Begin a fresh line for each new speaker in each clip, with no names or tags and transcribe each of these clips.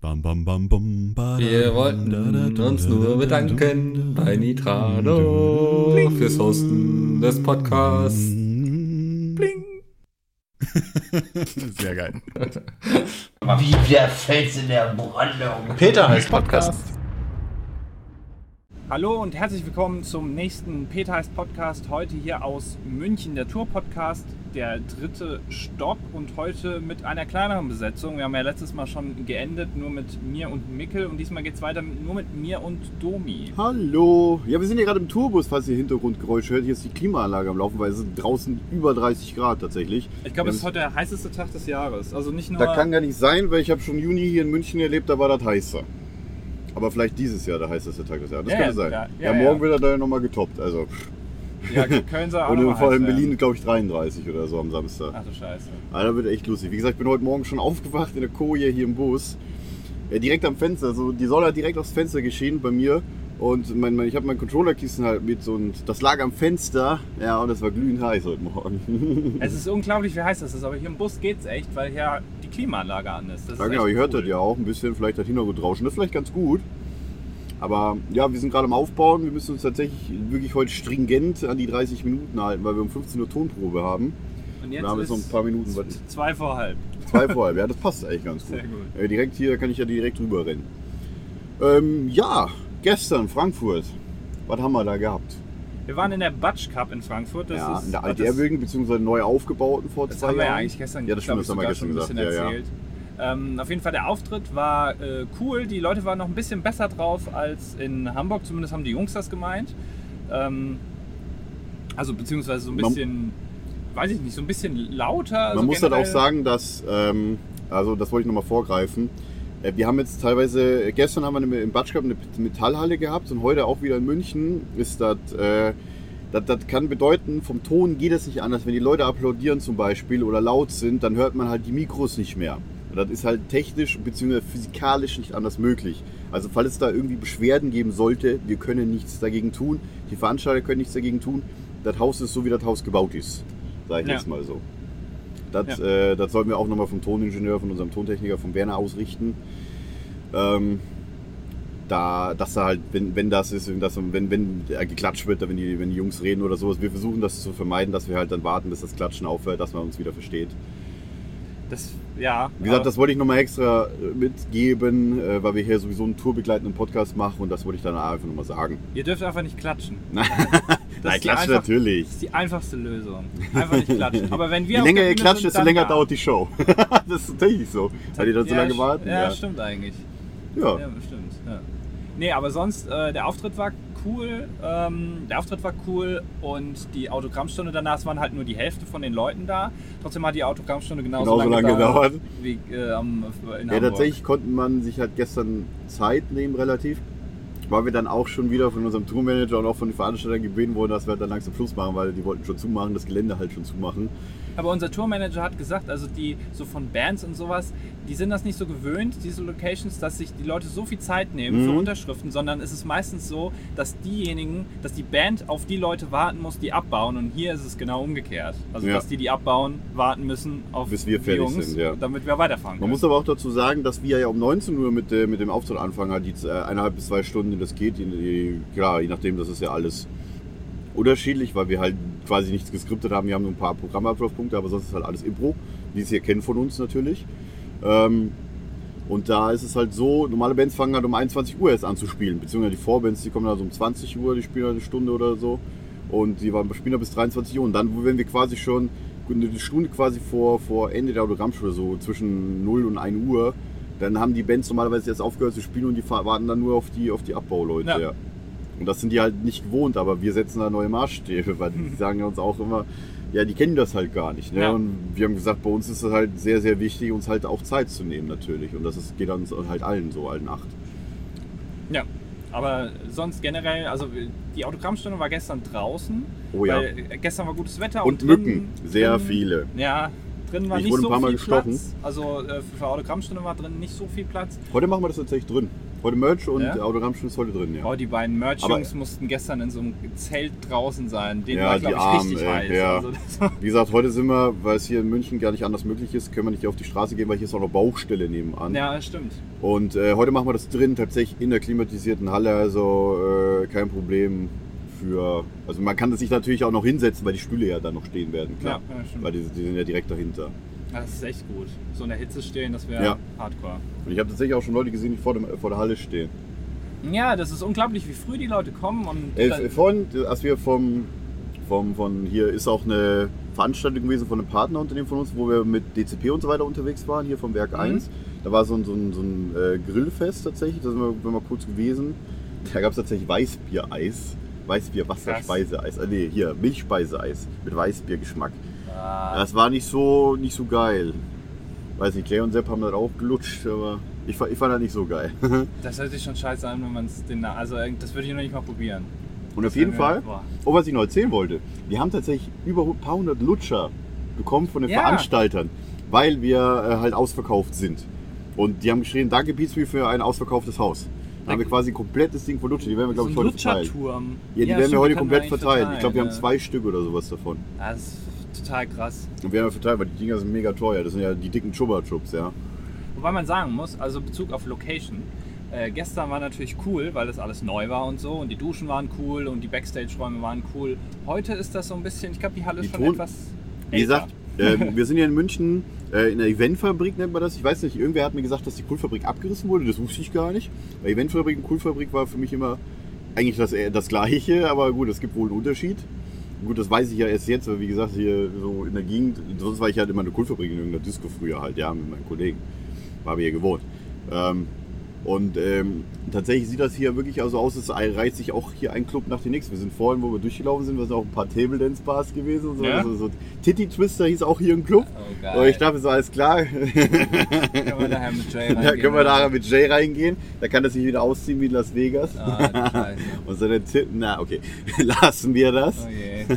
Bam, bam, bam, bam, ba,
Wir wollten uns nur bedanken bei Nitrado fürs Hosten des Podcasts.
Bling. Sehr geil.
Wie der Fels in der Brandung.
Peter heißt Podcast.
Hallo und herzlich willkommen zum nächsten Peter heißt Podcast. Heute hier aus München, der Tour-Podcast, der dritte Stopp und heute mit einer kleineren Besetzung. Wir haben ja letztes Mal schon geendet, nur mit mir und Mickel und diesmal geht es weiter mit, nur mit mir und Domi.
Hallo. Ja, wir sind hier gerade im Tourbus, falls ihr Hintergrundgeräusche hört. Hier ist die Klimaanlage am Laufen, weil es sind draußen über 30 Grad tatsächlich.
Ich
Ja,
glaube, es ist
das-
heute der heißeste Tag des Jahres. Also nicht nur.
Da kann gar nicht sein, weil ich habe schon Juni hier in München erlebt, da war das heißer. Aber vielleicht dieses Jahr der heißeste Tag des Jahres. Das
Ja,
könnte
ja,
sein.
ja,
Ja,
ja,
morgen
ja.
wird er da ja nochmal getoppt. Also, pff,
ja, Köln soll auch noch
und
mal
vor allem
heiß werden.
Berlin, glaube ich, 33 oder so am Samstag.
Ach du Scheiße.
Alter, Ah, wird echt lustig. Wie gesagt, ich bin heute Morgen schon aufgewacht in der Koje hier im Bus. Ja, direkt am Fenster. Also die Säule hat direkt aufs Fenster geschehen bei mir. Und mein, mein, ich habe mein Controllerkissen halt mit so und das lag am Fenster. Ja, und das war glühend heiß heute Morgen.
Es ist unglaublich, wie heiß das ist, aber hier im Bus geht's echt, weil hier die Klimaanlage an ist. Das
ja,
ist
genau,
echt
ihr hört
cool.
das ja auch ein bisschen. Vielleicht hat Hintergrundrauschen. Das ist vielleicht ganz gut. Aber ja, wir sind gerade am Aufbauen. Wir müssen uns tatsächlich wirklich heute stringent an die 30 Minuten halten, weil wir um 15 Uhr Tonprobe haben.
Und
Wir
jetzt
haben
ist
jetzt noch ein paar Minuten. was-
zwei vor halb.
Zwei vor halb. Ja, das passt eigentlich ganz gut.
Sehr gut.
Äh, direkt hier kann ich ja direkt rüber rennen. Ähm, ja, gestern Frankfurt. Was haben wir da gehabt?
Wir waren in der Batsch Cup in Frankfurt. Das
ja,
ist, oh,
in der
das-
alten Airbnb bzw. neu aufgebauten vor
Das
zwei
haben wir ja
Jahren.
eigentlich gestern
Ja, das stimmt,
glaub
das haben wir
ich,
gestern
sogar schon
gesagt.
ein bisschen
Ja, ja.
erzählt. Ähm, auf jeden Fall, der Auftritt war äh, cool. Die Leute waren noch ein bisschen besser drauf als in Hamburg. Zumindest haben die Jungs das gemeint. Ähm, also, beziehungsweise so ein
Man-
bisschen, weiß ich nicht, so ein bisschen lauter.
Man
also
muss halt auch
generell-
sagen, dass, ähm, also das wollte ich nochmal vorgreifen. Äh, Wir haben jetzt teilweise, äh, gestern haben wir eine- im Batschkap eine Metallhalle gehabt und heute auch wieder in München ist das, äh, das, das kann bedeuten, vom Ton geht es nicht anders. Wenn die Leute applaudieren zum Beispiel oder laut sind, dann hört man halt die Mikros nicht mehr. Und das ist halt technisch bzw. physikalisch nicht anders möglich. Also falls es da irgendwie Beschwerden geben sollte, wir können nichts dagegen tun, die Veranstalter können nichts dagegen tun. Das Haus ist so, wie das Haus gebaut ist, sage ich
Ja.
jetzt mal so. Das, äh, das sollten wir auch nochmal vom Toningenieur, von unserem Tontechniker, von Werner ausrichten. Ähm, da, dass da halt, wenn, wenn das ist, wenn, das, wenn, wenn äh, geklatscht wird, wenn die, wenn die Jungs reden oder sowas, wir versuchen das zu vermeiden, dass wir halt dann warten, bis das Klatschen aufhört, dass man uns wieder versteht.
Das, ja.
Wie gesagt,
aber-
das wollte ich nochmal extra äh, mitgeben, äh, weil wir hier sowieso einen tourbegleitenden Podcast machen und das wollte ich dann einfach nochmal sagen.
Ihr dürft einfach nicht klatschen.
Nein,
Das
Nein,
ist die
klatschen
einfach-
natürlich.
Das ist die einfachste Lösung. Einfach nicht klatschen. Aber wenn wir
Je
auf
länger
der
ihr
Bühne
klatscht,
sind,
desto
dann
länger
ja.
dauert die Show. das ist tatsächlich so, weil die dann so
Ja,
lange
st-
warten.
Ja,
Ja,
stimmt eigentlich.
ja.
Ja, stimmt. Ja. Nee, aber sonst, äh, der Auftritt war cool. Ähm, der Auftritt war cool und die Autogrammstunde danach es waren halt nur die Hälfte von den Leuten da. Trotzdem hat die Autogrammstunde genauso,
Genauso
lange,
lange
gedauert
gedauert.
wie äh, am, in
Ja,
Hamburg.
tatsächlich konnten man sich halt gestern Zeit nehmen, relativ. Weil wir dann auch schon wieder von unserem Tourmanager und auch von den Veranstaltern gebeten wurden, dass wir halt dann langsam Schluss machen, weil die wollten schon zumachen, das Gelände halt schon zumachen.
Aber unser Tourmanager hat gesagt, also die so von Bands und sowas, die sind das nicht so gewöhnt, diese Locations, dass sich die Leute so viel Zeit nehmen für
Mhm.
Unterschriften, sondern es ist meistens so, dass diejenigen, dass die Band auf die Leute warten muss, die abbauen. Und hier ist es genau umgekehrt. Also
Ja.
dass die, die abbauen, warten müssen auf
Bis wir
die
fertig
Jungs,
sind, ja.
damit wir weiterfahren
Man
können.
muss aber auch dazu sagen, dass wir ja um 19 Uhr mit, äh, mit dem Auftritt anfangen, halt die äh, eineinhalb bis zwei Stunden, das geht, je- je- klar, je nachdem, das ist ja alles unterschiedlich, weil wir halt quasi nichts geskriptet haben. Wir haben nur ein paar Programmablaufpunkte, aber sonst ist halt alles Impro, wie es ihr kennt von uns natürlich. Ähm, und da ist es halt so, normale Bands fangen halt um 21 Uhr erst an zu spielen, beziehungsweise die Vorbands, die kommen dann so um 20 Uhr, die spielen halt eine Stunde oder so. Und die waren spielen dann bis 23 Uhr. Und dann, wenn wir quasi schon eine Stunde quasi vor, vor Ende der Autogrammstunde, so zwischen 0 und 1 Uhr, dann haben die Bands normalerweise jetzt aufgehört zu spielen und die fahr- warten dann nur auf die, auf die Abbauleute.
Ja.
Ja. Und das sind die halt nicht gewohnt, aber wir setzen da neue Maßstäbe, weil die sagen ja uns auch immer, ja, die kennen das halt gar nicht. Ne?
Ja.
Und wir haben gesagt, bei uns ist es halt sehr, sehr wichtig, uns halt auch Zeit zu nehmen natürlich. Und das ist, geht uns halt allen so, allen acht.
Ja, aber sonst generell, also die Autogrammstunde war gestern draußen.
Oh ja.
Weil gestern war gutes Wetter.
Und
drinnen-
Mücken, sehr
drinnen-
viele.
Ja, Drin war
Ich
nicht
wurde ein
so
paar Mal
viel
gestochen.
Platz. Also äh, für Autogrammstunde war drin nicht so viel Platz.
Heute machen wir das tatsächlich drin. Heute Merch und
Ja?
Autogrammstunde ist heute drin, ja.
Oh, die beiden
Aber-
Merch-Jungs mussten gestern in so einem Zelt draußen sein. Denen
Ja,
war,
die
glaube ich,
Armen,
richtig
ey,
heiß.
ja.
Also das war
Wie gesagt, heute sind wir, weil es hier in München gar nicht anders möglich ist, können wir nicht auf die Straße gehen, weil hier ist auch noch Baustelle nebenan.
ja, stimmt.
Und äh, heute machen wir das drin, tatsächlich in der klimatisierten Halle, also äh, kein Problem für. Also man kann das sich natürlich auch noch hinsetzen, weil die Stühle ja dann noch stehen werden,
Ja,
klar.
ja, stimmt.
Weil die, die sind ja direkt dahinter.
Ja, Das ist echt gut. So in der Hitze stehen, das wäre
Ja.
hardcore.
Und ich habe tatsächlich auch schon Leute gesehen, die vor, dem, äh, vor der Halle stehen.
Ja, das ist unglaublich, wie früh die Leute kommen und
Äh,
dann-
vorhin, als wir vom, vom, von hier ist auch eine Veranstaltung gewesen von einem Partnerunternehmen von uns, wo wir mit DCP und so weiter unterwegs waren, hier vom Werk
Mhm.
1. Da war so ein, so ein, so ein äh, Grillfest tatsächlich, da sind wir, wir mal kurz gewesen. Da gab es tatsächlich Weißbiereis. Weißbierwasser,
Krass.
Speiseeis. Äh, nee, hier, Milchspeiseeis mit Weißbiergeschmack.
Ah,
Das war nicht so, nicht so geil. Weiß nicht, Claire und Sepp haben das auch gelutscht, aber ich, fa- ich fand das nicht so geil.
das hört sich schon scheiße an, wenn man es den. Na- Also, äh, das würde ich noch nicht mal probieren.
Und auf
Das
jeden
wär mir-
Fall
boah.
Oh, was ich noch erzählen wollte. Wir haben tatsächlich über ein paar hundert Lutscher bekommen von den
Ja.
Veranstaltern, weil wir äh, halt ausverkauft sind. Und die haben geschrieben, danke Beatsby für ein ausverkauftes Haus. Da haben wir quasi ein komplettes Ding von Lutscher. Die werden wir, glaube ich,
so ein
heute verteilen.
Lutscherturm.
Ja, die
Ja,
werden wir
stimmt,
heute
kann man
komplett
eigentlich
verteilen. Ich glaube, wir haben
ja.
zwei Stück oder sowas davon.
Ah, Das ist total krass.
Und werden wir verteilen, weil die Dinger sind mega teuer. Das sind ja die dicken Chubba Chups, ja.
Wobei man sagen muss, also Bezug auf Location. Äh, gestern war natürlich cool, weil das alles neu war und so und die Duschen waren cool und die Backstage-Räume waren cool. Heute ist das so ein bisschen, ich glaube, die Halle ist
Die
schon
Ton-
etwas.
Wie
älter.
gesagt, ähm, wir sind ja in München äh, in der Eventfabrik, nennt man das. Ich weiß nicht, irgendwer hat mir gesagt, dass die Kohlfabrik abgerissen wurde. Das wusste ich gar nicht. Weil Eventfabrik und Kohlfabrik war für mich immer eigentlich das, äh, das Gleiche, aber gut, es gibt wohl einen Unterschied. Gut, das weiß ich ja erst jetzt, weil wie gesagt, hier so in der Gegend, sonst war ich halt immer eine Kohlfabrik in irgendeiner Disco früher halt, ja, mit meinen Kollegen. War mir hier gewohnt. Ähm, und ähm, tatsächlich sieht das hier wirklich also aus, es reiht sich auch hier ein Club nach dem nächsten. Wir sind vorhin, wo wir durchgelaufen sind, wir sind auch ein paar Table Dance Bars gewesen. Und so.
Ja.
Also so Titty Twister hieß auch hier im Club.
Oh,
Und
geil.
ich dachte so, alles klar,
können wir daher mit Jay
da
reingehen,
können wir
oder?
nachher mit Jay reingehen. Da kann das sich wieder ausziehen wie in Las Vegas.
Ah, scheiße.
Und so der Tipp, na okay, lassen wir das.
Oh je.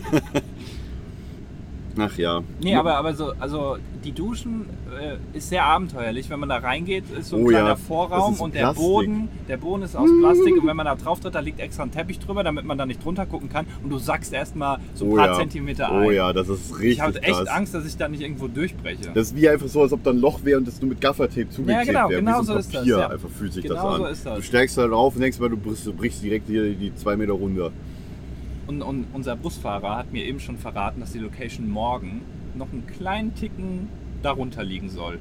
Ach ja.
Nee, aber, aber so, also die Duschen äh, ist sehr abenteuerlich. Wenn man da reingeht, ist so ein
Oh ja,
kleiner
das
Vorraum
ist
und der
Plastik.
Boden, der Boden ist aus Plastik und wenn man da drauf tritt, da liegt extra ein Teppich drüber, damit man da nicht drunter gucken kann und du sackst erstmal so ein
Oh
paar
ja.
Zentimeter ein.
Oh ja, das ist richtig
ich hatte echt
krass.
Angst, dass ich da nicht irgendwo durchbreche.
Das ist wie einfach so, als ob da ein Loch wäre und das nur mit Gaffertape zugeklebt
genau,
wäre.
genau
wie so,
so
ein
ist das,
Papier.
ja.
Einfach fühlt sich
Genau
das an.
so ist das.
Du steigst da drauf und denkst mal, du brichst, du brichst direkt hier die zwei Meter runter.
Und, und unser Busfahrer hat mir eben schon verraten, dass die Location morgen noch einen kleinen Ticken darunter liegen soll.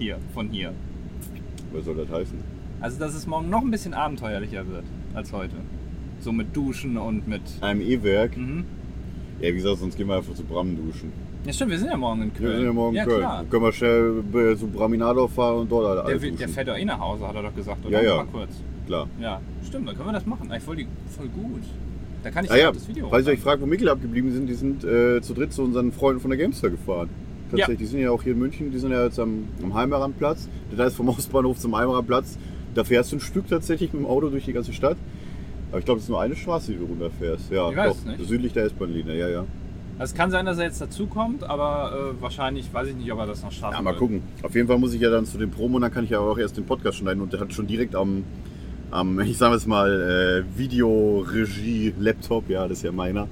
Hier, von hier.
Was soll das heißen?
Also dass es morgen noch ein bisschen abenteuerlicher wird als heute. So mit Duschen und mit.
Einem E-Werk.
Mhm.
Ja, wie gesagt, sonst gehen wir einfach zu Bram duschen.
Ja stimmt, wir sind ja morgen in Köln.
Wir sind ja morgen in Köln.
Klar.
Dann können wir schnell äh, zu Braminador fahren und dort alle
Der,
alle
will- der
duschen.
fährt doch eh nach Hause, hat er doch gesagt,
Ja,
oder?
ja.
Mal kurz.
Klar.
Ja, stimmt, dann können wir das machen. Eigentlich voll, die, voll gut. Da kann ich
Ah ja,
das Video
falls ihr euch
hochladen.
fragt, wo Mikkel abgeblieben sind, die sind äh, zu dritt zu unseren Freunden von der Gamester gefahren. Tatsächlich, die sind ja auch hier in München, die sind ja jetzt am, am Heimeranplatz. Das heißt, vom Ostbahnhof zum Heimeranplatz, da fährst du ein Stück tatsächlich mit dem Auto durch die ganze Stadt. Aber ich glaube, es ist nur eine Straße, die du runterfährst. Ja,
Ich
doch,
weiß nicht.
südlich der S-Bahn-Linie, ja, ja.
Also es kann sein, dass er jetzt dazukommt, aber äh, wahrscheinlich weiß ich nicht, ob er das noch schafft.
Ja, mal gucken. Auf jeden Fall muss ich ja dann zu dem Promo, dann kann ich ja auch erst den Podcast schneiden und der hat schon direkt am, am ich sage es mal, äh, Videoregie-Laptop, ja, das ist ja meiner.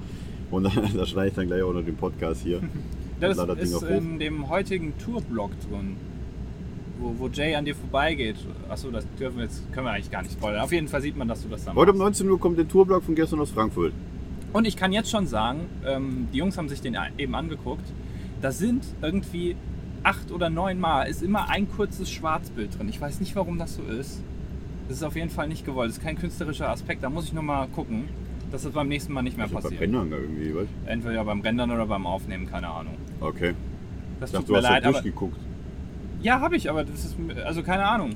Und dann, da schneide ich dann gleich auch noch den Podcast hier.
Das
Lad das Ding
ist
auch hoch.
in dem heutigen Tourblog drin, wo, wo Jay an dir vorbeigeht. Achso, das dürfen wir jetzt, können wir eigentlich gar nicht spoilern. Auf jeden Fall sieht man, dass du das dann
Heute um
machst.
19 Uhr kommt der Tourblock von gestern aus Frankfurt.
Und ich kann jetzt schon sagen, ähm, die Jungs haben sich den eben angeguckt. Das sind irgendwie acht oder neun Mal, ist immer ein kurzes Schwarzbild drin. Ich weiß nicht, warum das so ist. Das ist auf jeden Fall nicht gewollt. Das ist kein künstlerischer Aspekt. Da muss ich nochmal gucken, dass das beim nächsten Mal nicht mehr
Ich hab bei
passiert.
Bändern da irgendwie, was?
Entweder beim Rendern oder beim Aufnehmen, keine Ahnung.
Okay.
Das
Ich dachte,
tut
du
mir
hast
leid,
da
aber
durchgeguckt.
Ja, habe ich, aber das ist, also keine Ahnung.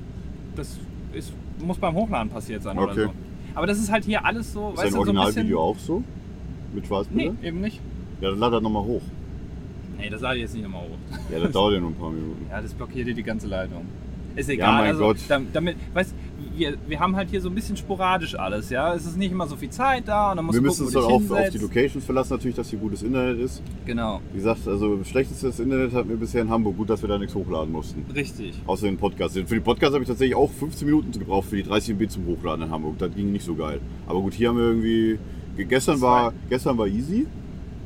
Das ist, muss beim Hochladen passiert sein
Okay.
oder so. Aber das ist halt hier alles so,
Ist dein
weißt du, so ein bisschen...
Originalvideo auch so? Mit
Nee,
Schwarzbilder?
eben nicht.
Ja, dann lad das nochmal hoch.
Nee, das lade ich jetzt nicht nochmal hoch.
Ja, das dauert ja nur ein paar Minuten.
Ja, das blockiert dir die ganze Leitung. Ist egal.
mein
also,
Gott.
dam- Damit, weißt, wir, wir haben halt hier so ein bisschen sporadisch alles, ja. Es ist nicht immer so viel Zeit da und dann musst
Wir
du
müssen
gucken,
uns dann
wo du
auch
dich
auf die
hinsetzt.
Locations verlassen, natürlich, dass hier gutes Internet ist.
Genau,
Wie gesagt, also schlechtestes Internet hatten wir bisher in Hamburg. Gut, dass wir da nichts hochladen mussten.
richtig.
Außer den Podcast. Für den Podcast habe ich tatsächlich auch 15 Minuten gebraucht für die 30 MB zum Hochladen in Hamburg. Das ging nicht so geil. Aber gut, hier haben wir irgendwie. Gestern war, gestern war easy. In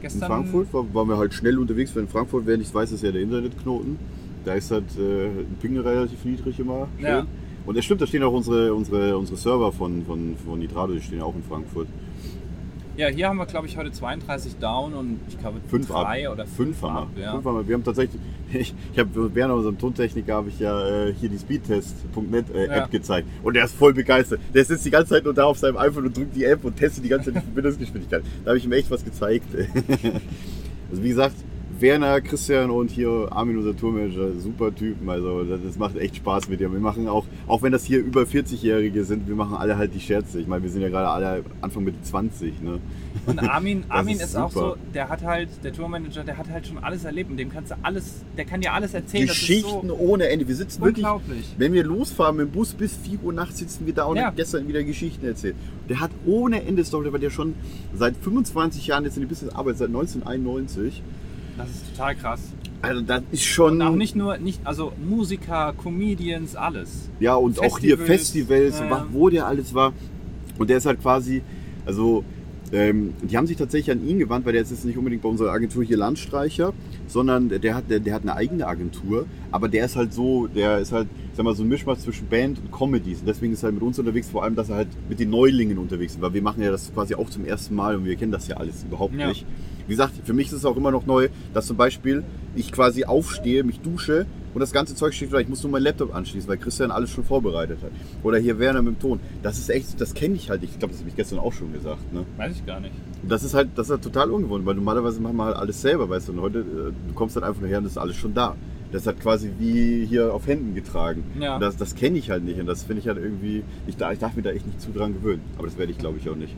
Gestern
Frankfurt war, waren wir halt schnell unterwegs, weil in Frankfurt, wer nicht weiß, ist ja der Internetknoten. Da ist halt äh, ein Ping relativ niedrig immer. Schön.
Ja.
Und das stimmt, da stehen auch unsere, unsere, unsere Server von, von, von Nitrado, die stehen ja auch in Frankfurt.
Ja, hier haben wir, glaube ich, heute 32 down und ich glaube
Fünf
drei
ab.
oder
fünf,
fünf
haben wir.
ab. Ja.
Fünf haben wir. Wir haben tatsächlich, ich, ich habe während unserem Tontechniker habe ich ja äh, hier die Speedtest.net äh,
Ja.
App gezeigt und der ist voll begeistert. Der sitzt die ganze Zeit nur da auf seinem iPhone und drückt die App und testet die ganze Zeit die Verbindungsgeschwindigkeit. Da habe ich ihm echt was gezeigt. also wie gesagt, Werner, Christian und hier Armin, unser Tourmanager, super Typen. Also das, das macht echt Spaß mit dir. Wir machen auch, auch wenn das hier über 40-Jährige sind, wir machen alle halt die Scherze. Ich meine, wir sind ja gerade alle Anfang Mitte 20. Ne?
Und Armin, Armin
ist
ist, auch so,
super.
der hat halt, der Tourmanager, der hat halt schon alles erlebt und dem kannst du alles, der kann dir alles erzählen.
Geschichten
das
ohne Ende. Wir
ist
sitzen
so
wirklich
unglaublich.
Wenn wir losfahren mit dem Bus bis 4 Uhr nachts sitzen wir da und
Ja.
hat gestern wieder Geschichten erzählt. Der hat ohne Ende Story, weil der schon seit 25 Jahren jetzt in die Businessarbeit, seit 1991.
Das ist total krass.
Also das ist schon.
Und auch nicht nur, nicht, also Musiker, Comedians, alles.
Ja, und auch hier
Festivals.
Festivals,
Ja,
wa-
ja.
wo der alles war. Und der ist halt quasi, also ähm, die haben sich tatsächlich an ihn gewandt, weil der ist jetzt nicht unbedingt bei unserer Agentur hier Landstreicher, sondern der hat, der, der hat eine eigene Agentur, aber der ist halt so, der ist halt, ich sag mal, so ein Mischmasch zwischen Band und Comedies. Und deswegen ist er halt mit uns unterwegs, vor allem, dass er halt mit den Neulingen unterwegs ist, weil wir machen ja das quasi auch zum ersten Mal und wir kennen das ja alles überhaupt
Ja.
nicht. Wie gesagt, für mich ist es auch immer noch neu, dass zum Beispiel ich quasi aufstehe, mich dusche und das ganze Zeug steht da. Ich muss nur meinen Laptop anschließen, weil Christian alles schon vorbereitet hat. Oder hier Werner mit dem Ton. Das ist echt, das kenne ich halt. nicht. Ich glaube, das habe ich gestern auch schon gesagt. Ne?
Weiß ich gar nicht.
Und das ist halt, das ist halt total ungewohnt, weil normalerweise machen wir halt alles selber, weißt du. Und heute, äh, du kommst halt einfach nur her und das ist alles schon da. Das hat quasi wie hier auf Händen getragen.
Ja.
Und das das kenne ich halt nicht und das finde ich halt irgendwie, ich, darf- ich darf mich da echt nicht zu dran gewöhnen. Aber das werde ich glaube ich auch nicht.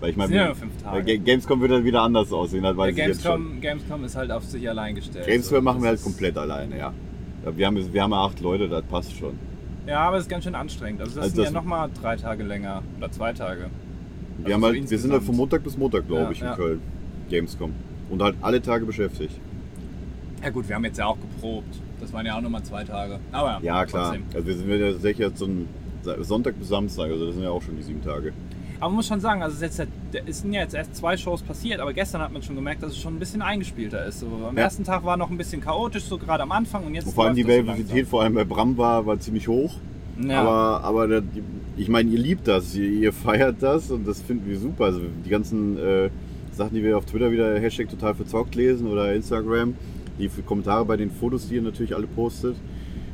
Weil ich meine,
Sind ja nur fünf Tage.
Ga- Gamescom wird dann wieder anders aussehen, das
Der
weiß ich jetzt schon.
Gamescom, Gamescom ist halt auf sich allein gestellt.
Gamescom
So,
machen wir
das
halt
ist-
komplett alleine, ja. Ja, Wir haben, wir haben ja acht Leute, das passt schon.
Ja, aber es ist ganz schön anstrengend. Also das
Also
sind
das-
ja nochmal drei Tage länger oder zwei Tage.
Wir,
Also
haben
so
halt, wir sind halt
insgesamt.
von Montag bis Montag, glaube
Ja,
ich, in
ja.
Köln. Gamescom. Und halt alle Tage beschäftigt.
Ja gut, wir haben jetzt ja auch geprobt. Das waren ja auch nochmal zwei Tage. Aber
Ja, klar.
trotzdem.
Also wir sind ja tatsächlich jetzt so ein Sonntag bis Samstag, also das sind ja auch schon die sieben Tage.
Aber man muss schon sagen, also es ist, jetzt, es sind ja jetzt erst zwei Shows passiert, aber gestern hat man schon gemerkt, dass es schon ein bisschen eingespielter ist. So, am
Ja.
ersten Tag war noch ein bisschen chaotisch, so gerade am Anfang und jetzt.
Und vor allem die
läuft das so
Velvetität, vor allem bei Bram war, war ziemlich hoch.
langsam. Ja.
Aber, aber da- ich meine, ihr liebt das, ihr, ihr feiert das und das finden wir super. Also die ganzen äh, Sachen, die wir auf Twitter wieder Hashtag total verzockt lesen oder Instagram, die F- Kommentare bei den Fotos, die ihr natürlich alle postet.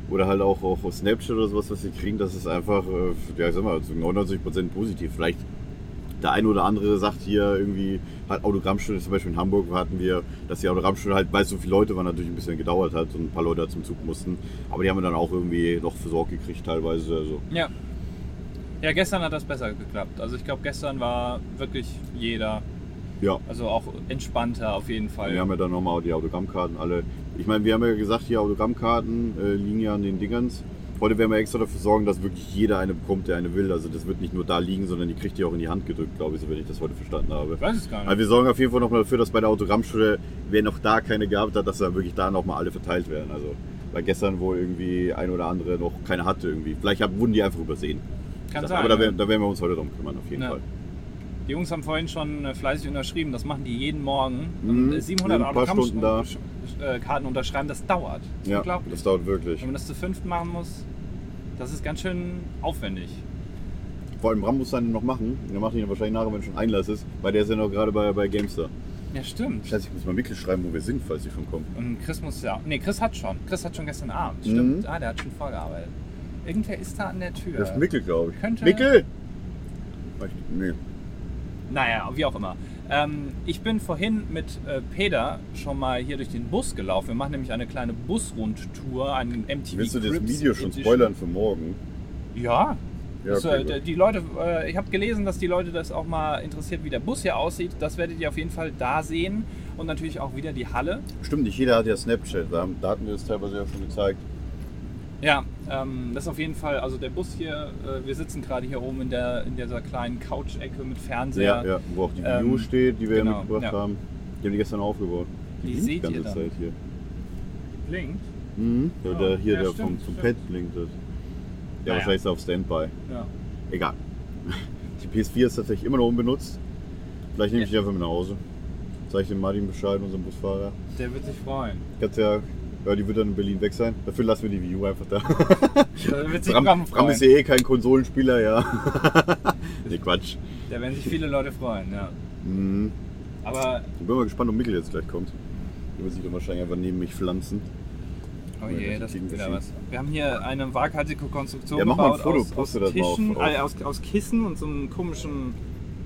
Oder halt auch, auch auf Snapchat oder sowas, was wir kriegen, das ist einfach, äh, ja, ich sag mal, zu 99% positiv. Vielleicht der eine oder andere sagt hier irgendwie, halt Autogrammstunde, zum Beispiel in Hamburg hatten wir, dass die Autogrammstunde halt, weil so viele Leute waren, natürlich ein bisschen gedauert hat und ein paar Leute zum Zug mussten. Aber die haben wir dann auch irgendwie doch versorgt gekriegt teilweise. Also
ja. Ja, gestern hat das besser geklappt. Also ich glaube, gestern war wirklich jeder,
ja,
also auch entspannter auf jeden Fall.
wir haben ja dann nochmal die Autogrammkarten alle. Ich meine, wir haben ja gesagt, hier Autogrammkarten äh, liegen ja an den Dingerns. Heute werden wir extra dafür sorgen, dass wirklich jeder eine bekommt, der eine will. Also das wird nicht nur da liegen, sondern die kriegt ihr auch in die Hand gedrückt, glaube ich, so wenn ich das heute verstanden habe.
Ich weiß es gar nicht.
Also wir sorgen auf jeden Fall nochmal dafür, dass bei der Autogrammschule, wer noch da keine gehabt hat, dass dann wirklich da nochmal alle verteilt werden. Also, weil gestern wohl irgendwie ein oder andere noch keine hatte irgendwie. Vielleicht haben- wurden die einfach übersehen.
Kann
Aber
sein.
da,
ja.
werden, da werden wir uns heute drum kümmern, auf jeden
Ja.
Fall.
Die Jungs haben vorhin schon äh, fleißig unterschrieben, das machen die jeden Morgen.
Mhm,
Und äh, 700
sind ein paar Stunden da.
Autogrammkarten äh, unterschreiben, das dauert. Das ist
Ja,
unglaublich.
das dauert wirklich.
Wenn man das zu fünft machen muss, das ist ganz schön aufwendig.
Vor allem Bram muss seine noch machen. Der macht ihn dann wahrscheinlich nachher, wenn schon Einlass ist, weil der ist ja noch gerade bei, bei Gamestar.
Ja, stimmt.
Scheiße, ich muss mal Mikkel schreiben, wo wir sind, falls sie schon kommen.
Und Chris muss ja. Nee, Chris hat schon. Chris hat schon gestern Abend.
Mhm.
Stimmt. Ah, der hat schon vorgearbeitet. Irgendwer ist da an der Tür.
Das ist Mikkel, glaube ich.
Könnte-
Mikkel! Ich- Nee.
Naja, wie auch immer. Ähm, ich bin vorhin mit äh, Peter schon mal hier durch den Bus gelaufen. Wir machen nämlich eine kleine Busrundtour an MTV.
Willst du das
Cribs
Video schon
Edition.
spoilern für morgen?
Ja.
Ja,
das,
okay,
äh,
gut.
die Leute, äh, ich habe gelesen, dass die Leute das auch mal interessiert, wie der Bus hier aussieht. Das werdet ihr auf jeden Fall da sehen. Und natürlich auch wieder die Halle.
Stimmt, nicht jeder hat ja Snapchat. Da, haben, da hatten wir das teilweise ja schon gezeigt.
Ja, ähm, das ist auf jeden Fall, also der Bus hier, äh, wir sitzen gerade hier oben in, der, in dieser kleinen Couch-Ecke mit Fernseher.
Ja, ja, wo auch die
ähm,
View steht, die wir
genau,
ja mitgebracht
ja.
haben. Die haben die gestern aufgebaut.
Die
blinkt
seht
die Mhm, ganze
ihr dann.
Zeit hier.
Blinkt.
Mhm. Der, der, hier,
Oh, Ja,
der
stimmt,
vom, vom
stimmt.
Pad blinkt das. Ja,
Naja.
wahrscheinlich ist er auf Standby.
Ja.
Egal. Die PS4 ist tatsächlich immer noch unbenutzt. Vielleicht nehme ich die einfach mit nach Hause. Zeige ich dem Martin Bescheid, unserem Busfahrer.
Der wird sich freuen.
Kannst ja, ja, die wird dann in Berlin weg sein. Dafür lassen wir die Wii U einfach da.
Der wird sich
Bram,
Bram,
Bram
freuen.
ist ja eh kein Konsolenspieler, ja. nee, Quatsch.
Da werden sich viele Leute freuen, ja.
Mhm.
Aber,
Ich bin mal gespannt, ob Mikkel jetzt gleich kommt. Der wird sich dann wahrscheinlich einfach neben mich pflanzen.
oh
Ja,
je,
das
das
kriegen
ist
wir
wieder
hin.
was. Wir haben hier eine waghalsige Konstruktion
Ja, mach mal ein
gebaut
Foto,
aus, aus,
poste das mal auf-
Tischen,
auf-
äh, aus, aus Kissen und so einem komischen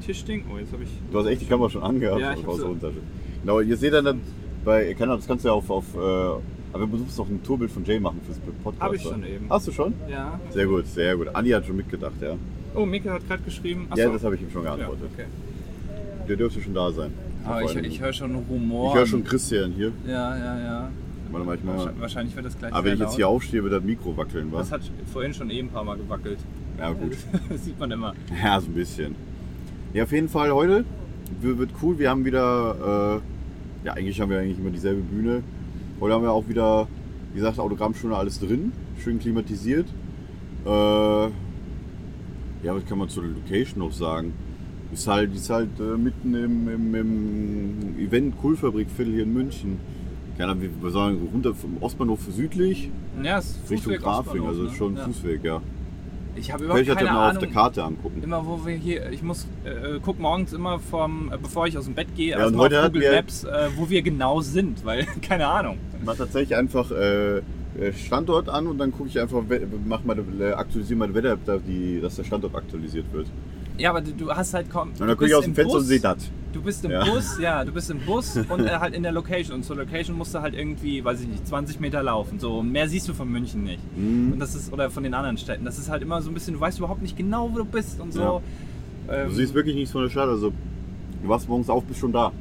Tischding. Oh, jetzt habe ich...
Du hast echt die Kamera schon angehabt.
Ja, ich
aber
hab
aus
sie-
der Hosentasche. Genau, ihr seht dann, dann bei, ihr kann, das kannst du ja auf, auf äh, aber wir müssen noch ein Tourbild von Jay machen fürs Podcast.
Hab ich
oder?
schon eben.
Hast du schon?
Ja.
Sehr gut, sehr gut. Andi hat schon mitgedacht, ja.
Oh, Mikkel hat gerade geschrieben. Ach
Ja,
so.
das habe ich ihm schon geantwortet.
Ja, okay.
Der dürfte schon da sein.
Aber ich, ich höre schon Rumor.
ich höre schon Christian hier.
Ja, ja, ja.
Warte mal, ich mach
Wahrscheinlich,
mal.
wahrscheinlich wird das gleich
Aber wenn ich
sehr
jetzt hier ne?
laut.
aufstehe, wird das Mikro wackeln,
Das
was?
hat vorhin schon eben ein paar Mal gewackelt.
Ja, gut.
Das sieht man immer.
Ja, so ein bisschen. Ja, auf jeden Fall heute w- wird cool. Wir haben wieder, äh, ja, eigentlich haben wir eigentlich immer dieselbe Bühne. Heute haben wir auch wieder, wie gesagt, Autogrammstunde alles drin, schön klimatisiert. Äh, ja, was kann man zur Location noch sagen? Ist halt, ist halt äh, mitten im, im, im Event Kohlfabrikviertel hier in München. Keine Ahnung, wie wir sagen, runter vom Ostbahnhof südlich,
Ja, es ist
Richtung
Fußweg
Grafing,
Ostbahnhof,
also
ne?
schon
ja.
Fußweg, ja.
Ich habe
Kann
überhaupt
ich das
keine
ja mal auf
Ahnung.
der Karte angucken.
Immer wo wir hier, ich muss, äh, guck morgens immer vom, äh, bevor ich aus dem Bett gehe,
Ja, und
erstmal
heute
auf
hatten
Google
wir-
Maps, äh, wo wir genau sind, weil keine Ahnung.
Ich mache tatsächlich einfach äh, äh, Standort an und dann gucke ich einfach, we- mach mal, äh, aktualisiere meine Wetter-App, da die- dass der Standort aktualisiert wird. Und
Ja, aber du, du hast halt kaum.
dann
du
gucke ich
bist
aus dem
im
Fenster
Bus.
und sehe das.
Du bist im
Ja.
Bus, ja, du bist im Bus und äh, halt in der Location. Und zur Location musst du halt irgendwie, weiß ich nicht, 20 Meter laufen. So, und mehr siehst du von München nicht. Und das ist, oder von den anderen Städten. Das ist halt immer so ein bisschen, du weißt überhaupt nicht genau, wo du bist und so. Ähm,
Du siehst wirklich nichts von der Stadt, also du wachst morgens auf, bist schon da.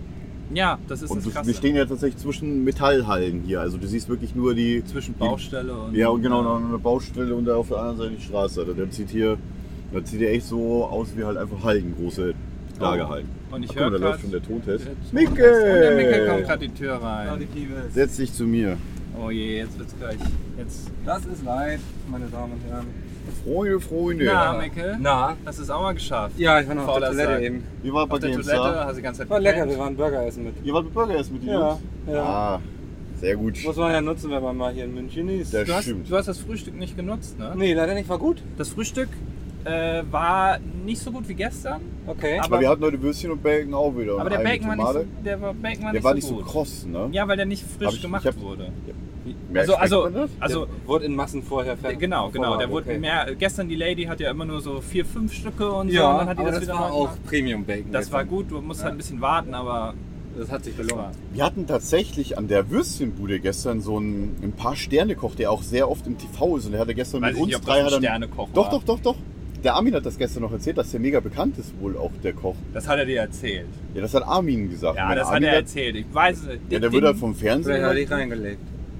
Ja, das ist
Und
das
du,
Krasse.
wir stehen ja tatsächlich zwischen Metallhallen hier, also du siehst wirklich nur die...
zwischen Baustelle und.
Die, ja, und genau, noch eine Baustelle und da auf der anderen Seite die Straße. Also der zieht hier, der zieht hier echt so aus wie halt einfach Hallen, große
Oh.
Lagerhallen.
Und ich
Ach, guck mal,
höre
da
gerade.
läuft schon der Tontest.
Und der Mickel kommt
Mikkel!
gerade die Tür rein.
Setz dich zu mir.
Oh je, jetzt wird's gleich. Jetzt.
Das ist live, meine Damen und Herren.
Freunde, Freunde.
Na, Mickel?
Na?
Hast du es auch mal geschafft?
Ja, ich war noch auf
Fauler
der Toilette
Sack.
eben.
Ihr wart bei
Auf der
GameStar.
Toilette hast du die ganze Zeit
War lecker,
gepennt.
wir waren Burger essen mit.
Ihr wart bei Burger erst mit den
Ja,
Jungs?
ja.
Ah, sehr gut.
Muss man ja nutzen, wenn man mal hier in München ist.
Das
Du hast,
stimmt.
du hast das Frühstück nicht genutzt, ne?
Nee, leider nicht, war gut.
Das Frühstück äh, war nicht so gut wie gestern,
Okay.
Aber-
Aber wir hatten heute Würstchen und Bacon auch wieder.
aber
und
der
eigene
Bacon war nicht
Tomate.
so, der war- Bacon
Der
war nicht
war
so
nicht so
gut.
kross, ne?
ja, weil der nicht frisch
Hab ich-
gemacht
ich hab-
wurde.
Ja,
Also,
schmeckt
also,
man das?
also
Wurde in Massen vorher fertig.
genau, genau. Der
vorbereitet,
wurde
okay.
mehr. Gestern die Lady hat ja immer nur so vier, fünf Stücke und so.
Ja,
und dann hat die
aber das,
wieder
war
neu
auch
gemacht.
Premium Bacon.
Das war
gestern.
gut. Du musst halt ein bisschen warten, aber
Das hat sich
das war.
gelohnt.
Wir hatten tatsächlich an der Würstchenbude gestern so einen, ein paar Sternekoch, der auch sehr oft im TV ist. Und der hatte gestern
Weiß
mit
ich nicht,
uns
ob
drei.
das
hat
ein
er-
Sternekoch
Doch,
war.
doch, doch, doch. Der Armin hat das gestern noch erzählt, dass der mega bekannt ist wohl auch, der Koch.
Das hat er dir erzählt.
Ja, das hat Armin gesagt. Und
Ja,
mein
das hat
Armin
er erzählt. Ich weiß es.
Ja, der wird halt vom Fernsehen.
Vielleicht hat ich
gemacht.
reingelegt.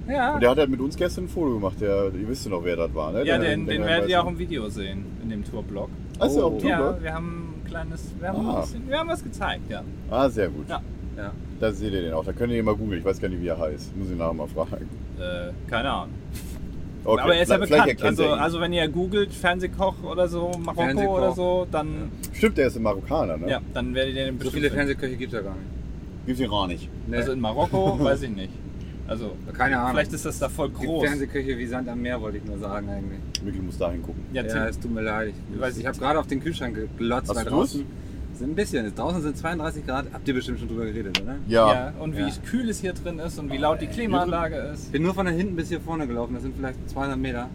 Ja,
Und der hat halt mit uns gestern ein Foto gemacht. Der, ihr wisst ja noch, wer das war, ne? Der-
ja den,
der-
den
der-
werdet ihr auch im Video sehen, in dem Tourblog.
Achso, auf
Oh.
dem
Ja,
Tour.
wir haben ein kleines, wir haben,
Ah.
ein bisschen, wir haben was gezeigt, ja.
Ah, sehr gut.
Ja.
Ja.
Da seht ihr den auch. Da könnt ihr ihn mal googeln. Ich weiß gar nicht, wie er heißt. Muss ich nachher mal fragen.
Äh, keine Ahnung.
Okay,
Aber er ist ja
vielleicht
bekannt.
erkennt
Also,
er ihn.
also wenn ihr googelt Fernsehkoch oder so, Marokko
Fernsehkoch.
oder so, dann,
Stimmt, er ist ein Marokkaner, ne?
ja, dann werdet ihr den
So
bestimmt
viele
finden.
Fernsehköche gibt es ja gar nicht.
Gibt's ihn gar nicht.
Nee.
Also in Marokko, weiß ich nicht. Also
keine Ahnung.
vielleicht ist das da voll
gibt
groß.
Fernsehköche wie Sand am Meer, wollte ich nur sagen eigentlich.
Mikkel muss da hingucken.
Ja,
Ja,
Tim,
es tut mir leid.
Ich
Ich,
weiß
weiß, ich habe gerade auf den Kühlschrank geglotzt.
Hast
weil
du
draußen sind ein bisschen. Draußen sind 32 Grad. Habt ihr bestimmt schon drüber geredet, oder?
ja.
Ja.
und wie
Ja.
kühl es hier drin ist und wie laut die Klimaanlage
Ich
ist.
bin nur von da hinten bis hier vorne gelaufen. Das sind vielleicht 200 Meter.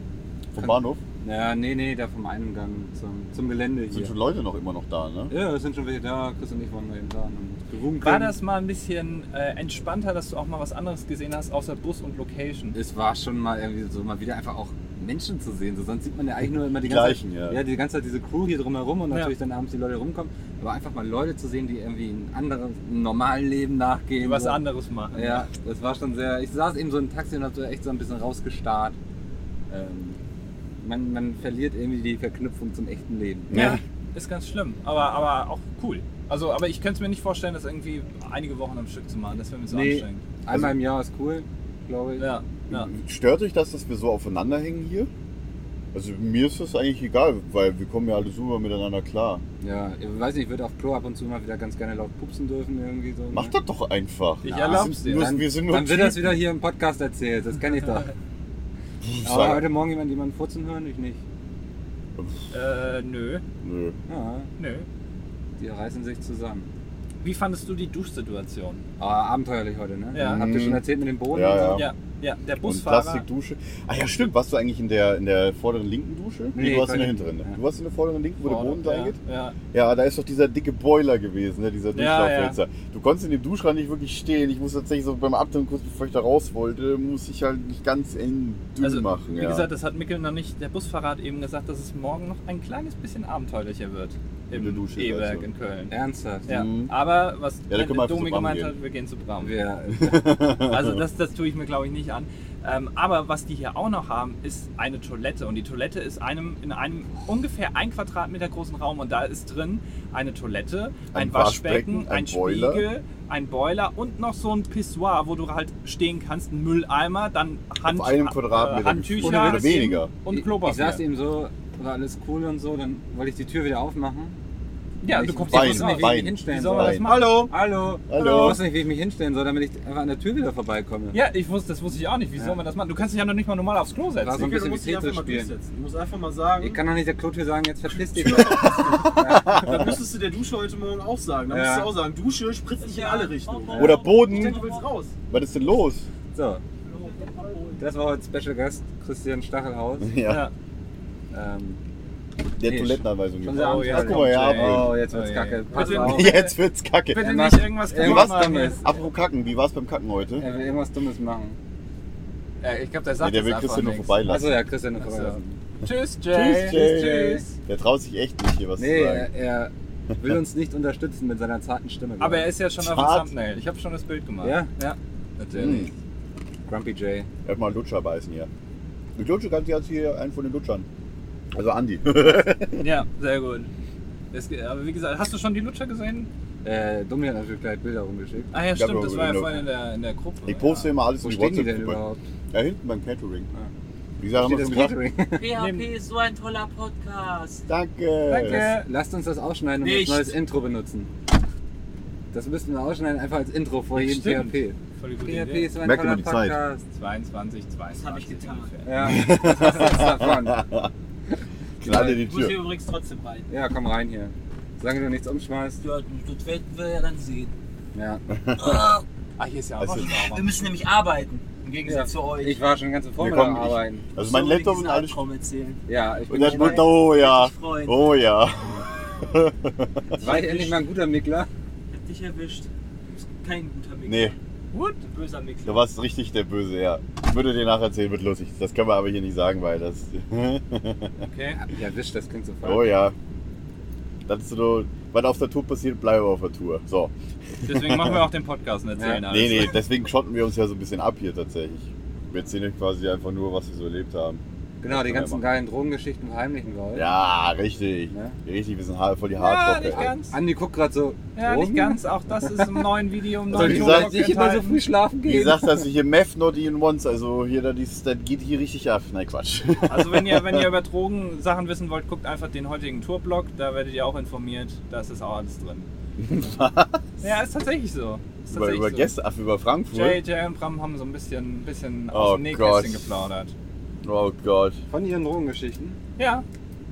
Vom Bahnhof
Naja, nee, nee, da vom Eingang zum, zum Gelände
sind
hier.
schon Leute noch immer noch da, ne?
ja, es sind schon welche da. Chris und ich waren mal eben da. und haben gewunken.
War das mal ein bisschen äh, entspannter, dass du auch mal was anderes gesehen hast, außer Bus und Location?
Es war schon mal irgendwie so, mal wieder einfach auch Menschen zu sehen. So, sonst sieht man ja eigentlich nur immer die,
Die
ganze
gleichen,
Zeit,
ja.
ja, die ganze Zeit diese Crew hier drumherum und
Ja.
natürlich dann abends die Leute rumkommen. Aber einfach mal Leute zu sehen, die irgendwie ein anderes, einem normalen Leben nachgehen.
Was
so.
anderes machen.
Ja, das war schon sehr. Ich saß eben so im Taxi und hab so echt so ein bisschen rausgestarrt. ähm, man, man verliert irgendwie die Verknüpfung zum echten Leben.
Ja, ist ganz schlimm, aber, aber auch cool. Also, aber ich könnte es mir nicht vorstellen, das irgendwie einige Wochen am Stück zu machen. Das wäre mir zu
Nee.
anstrengend.
Einmal im Jahr ist cool, glaube ich.
Ja,
Mhm.
ja.
Stört euch das, dass wir so aufeinander hängen hier? Also mir ist das eigentlich egal, weil wir kommen ja alle super miteinander klar.
Ja, ich weiß nicht, ich würde auf Klo ab und zu mal wieder ganz gerne laut pupsen dürfen irgendwie so.
Mach das doch einfach.
Ich
Ja,
erlaub's dir.
nur-
Dann,
wir sind nur
dann wird das
Typen.
wieder hier im Podcast erzählt, das kann ich doch.
Ah.
Aber
Sag-
heute Morgen jemand jemanden furzen hören? Ich nicht.
Äh, nö,
Nö.
Ja,
nö.
die reißen sich zusammen.
Wie fandest du die Duschsituation?
Ah, abenteuerlich heute, ne?
Ja.
Habt ihr schon erzählt mit dem Boden?
Mhm. Ja,
und
ja.
so?
Ja, ja, der
Und
Busfahrer.
Plastikdusche. Ah ja, stimmt. Warst du eigentlich in der, in der vorderen linken Dusche? Nee,
Nee, ich
du warst in
war
der
nicht.
hinteren. ne?
Ja.
Du warst in der vorderen linken, wo der Boden
ja,
reingeht?
Ja,
Ja, da ist doch dieser dicke Boiler gewesen, ne? dieser
Ja,
Durchlauffenster. Du konntest in dem Duschrand nicht wirklich stehen. Ich muss tatsächlich so beim Abdrücken kurz bevor ich da raus wollte, muss ich halt nicht ganz eng dünn
Also,
machen.
Wie
ja.
gesagt, das hat Mikkel noch nicht. Der Busfahrer hat eben gesagt, dass es morgen noch ein kleines bisschen abenteuerlicher wird.
In der
Im
Dusche,
E-Werk
also.
in Köln.
Ernsthaft?
Ja,
Mhm.
aber was
Ja, da können wir einfach
Domi
zu Bram
gemeint
gehen.
hat, wir gehen zu Bram.
Wir,
Also das, das tue ich mir, glaube ich, nicht an. Ähm, aber was die hier auch noch haben, ist eine Toilette. Und die Toilette ist einem, in einem ungefähr ein Quadratmeter großen Raum. Und da ist drin eine Toilette, ein,
Ein
Waschbecken,
Waschbecken,
ein,
ein Boiler.
Spiegel, ein Boiler und noch so ein Pissoir, wo du halt stehen kannst, ein Mülleimer, dann Hand, äh,
Auf einem Quadratmeter
Handtücher
oder weniger.
und
ich saß
Klopapier.
eben so, war alles cool und so, dann wollte ich die Tür wieder aufmachen.
Ja,
Ich
du kommst
wusste nicht,
Bein,
hier nicht raus.
wie ich
Bein.
mich hinstellen
Wie soll man
soll.
das machen?
Hallo!
Hallo.
Hallo.
Ich wusste nicht, wie ich mich hinstellen soll, damit ich einfach an der Tür wieder vorbeikomme.
Ja, ich wusste, das wusste ich auch nicht. Wie soll man das machen? Du kannst dich ja noch nicht mal normal aufs Klo
War so ein
setzen.
bisschen wie
musst dich einfach
Tetris
mal
spielen.
durchsetzen. Du musst einfach mal sagen,
Ich kann doch nicht der Klotür sagen, jetzt verpiss dich.
dann müsstest du der Dusche heute Morgen auch sagen. Dann
Ja.
musst du auch sagen, Dusche spritzt dich in alle Richtungen.
Oder
Ich
Boden.
denke, du willst raus.
Was ist denn los?
So. Das war heute Special Gast Christian Stachelhaus.
Ja,
Ja.
Ähm,
der
nee,
Toilettenanweisung.
schon
gibt.
sehr
Oh, ja,
Ach, guck mal, ja,
kommt, ey.
Abel.
oh, jetzt wird's
Oh,
kacke.
ja.
Pass
Bitte
auf.
nicht.
Jetzt wird's kacke.
Bitte
Er
nicht
macht-
irgendwas
er
kaputt
macht
machen.
Dummes.
Apropos Kacken, wie war's beim Kacken heute?
Er will irgendwas Dummes machen.
Äh, Ich glaube, der
Nee,
sagt
der will
jetzt
Christian nur
einfach nichts.
Achso,
vorbeilassen.
ja, Christian noch
Ach so.
vorbeigelassen.
Tschüss, Jay.
Tschüss, Jay.
Tschüss.
Der traut sich echt nicht, hier was
Nee,
zu sagen.
er, er will uns nicht unterstützen mit seiner zarten Stimme. glaub
Aber er
ich.
ist ja schon auf
Zart.
dem Thumbnail. Ich habe schon das Bild gemacht.
Ja?
Ja. äh,
Hm.
Natürlich. Grumpy Jay.
Erstmal Lutscher beißen hier. Mit Lutsche kannst du jetzt hier einen von den Lutschern. Also Andi.
Hm. Ja, sehr gut. Es, ge- aber wie gesagt, hast du schon die Lutscher gesehen?
Äh, Dummi hat natürlich gleich Bilder rumgeschickt.
Ah ja,
Ich hab
stimmt, das
nur
war ja
genug.
vorhin in der, in der Gruppe.
Ich poste
ja.
immer alles
Wo
in die
stehen die denn
WhatsApp-Gruppe.
überhaupt?
Da hinten beim Catering.
Ah.
Wie gesagt, haben wir
Steht das
schon gesagt.
Catering?
Nehmen-
PHP ist so ein toller Podcast.
Danke.
Danke.
Lasst uns das ausschneiden und
Nicht.
als neues Intro benutzen. Das müssten wir ausschneiden, einfach als Intro vor jedem
Stimmt.
PHP.
Voll die gute
PHP
Idee.
ist so ein
Merkt
toller
immer die Zeit.
Podcast.
22, 22.
hab ich getan.
ungefähr.
Ja, was hast du jetzt davon?
Knall dir die
Ich muss hier
Tür.
übrigens trotzdem rein.
Ja, komm rein hier. Solange du nichts umschmeißt.
Ja, das werden wir ja dann sehen.
Ja.
Ah, hier ist ja
Es
auch
ist-
Wir
noch
müssen nämlich arbeiten. Im Gegensatz zu euch.
Ich war schon ganz
Wir
Vormittag
kommen,
am Arbeiten.
ich, also mein Laptop und alles.
Albtraum erzählen.
Ja, ich bin
Und dann,
dabei.
oh ja.
Ah,
Ich freuen.
Oh ja.
War ich endlich mal ein guter Mickler?
Ich hab dich erwischt. Du bist kein guter Mix.
Nee,
Gut.
Ein böser Mix.
da warst richtig der Böse, ja. Ich würde dir nacherzählen, wird lustig. Das können wir aber hier nicht sagen, weil das.
Okay.
Hab mich erwischt, das klingt so falsch.
oh ja. Das ist so, was auf der Tour passiert, bleiben wir auf der Tour. So.
Deswegen machen wir auch den Podcast und erzählen
Ja.
alles.
Nee, nee, deswegen schotten wir uns ja so ein bisschen ab hier tatsächlich. Wir erzählen euch quasi einfach nur, was wir so erlebt haben.
Genau, die
Ja,
ganzen
mach.
geilen Drogengeschichten verheimlichen wir heute.
Ja, richtig.
Ne?
Richtig, wir sind hart- voll die
Ja,
Hardrocker.
nicht ganz.
Andi guckt gerade so.
Ja,
Drogen?
nicht ganz. Auch das ist im neuen Video
Soll
im neuen
Also ich
Video
sagen,
Dass ich immer so früh schlafen
Wie
gehe.
gesagt, dass ich hier Meth not even once, also hier, da dies, das geht hier richtig ab. Nein, Quatsch.
Also wenn ihr, wenn ihr über Drogen Sachen wissen wollt, guckt einfach den heutigen Tourblog, da werdet ihr auch informiert, da ist das auch alles drin. Ja, ist tatsächlich so. Ist
Über,
tatsächlich
über
so.
Gäste, ach, über Frankfurt.
Jay, Jay und Bram haben so ein bisschen, bisschen
Oh
aus dem Nähkästchen
Gott.
geplaudert.
Oh Gott.
Von ihren Drogengeschichten.
Ja,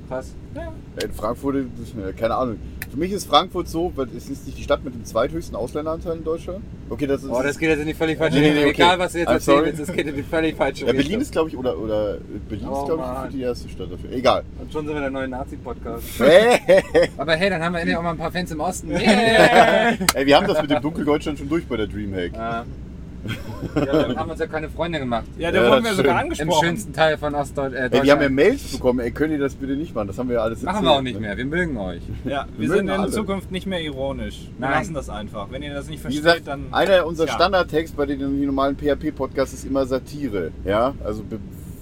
Krass.
ja.
In Frankfurt, äh, keine Ahnung. Für mich ist Frankfurt so, weil es ist nicht die Stadt mit dem zweithöchsten Ausländeranteil in Deutschland. Okay, das ist.
Oh, das geht jetzt in die völlig falsche
Nee,
Richtung.
nee, nee, okay.
Egal, was du jetzt
I'm
erzählen
sorry.
willst, das geht in die völlig falsche
ja,
Richtung.
Berlin ist, glaube ich, oder, oder äh, Berlin
Oh,
ist, glaube ich,
Mann.
für die erste Stadt dafür. Egal.
Und schon sind wir der neue Nazi-Podcast.
Hey,
Aber hey, dann haben wir endlich auch mal ein paar Fans im Osten. Yeah.
wir haben das mit dem Dunkeldeutschland schon durch bei der Dreamhack.
ja, dann haben wir uns ja keine Freunde gemacht.
Ja, da
Ja, das
wurden wir
stimmt.
sogar
Im
angesprochen.
schönsten Teil von Ostdeutschland. Äh,
Ey, wir haben ja
Deutschland.
Mails bekommen, ey, könnt ihr das bitte nicht machen? Das haben wir ja alles ne?
Machen wir auch nicht mehr. Wir mögen euch.
Ja, wir
mögen
sind in
alle.
Zukunft nicht mehr ironisch. Wir
Nein.
lassen das einfach. Wenn ihr das nicht
Wie
versteht,
gesagt,
dann.
einer unserer
Tja.
Standardtext bei den normalen PHP-Podcasts ist immer Satire. Ja, also be-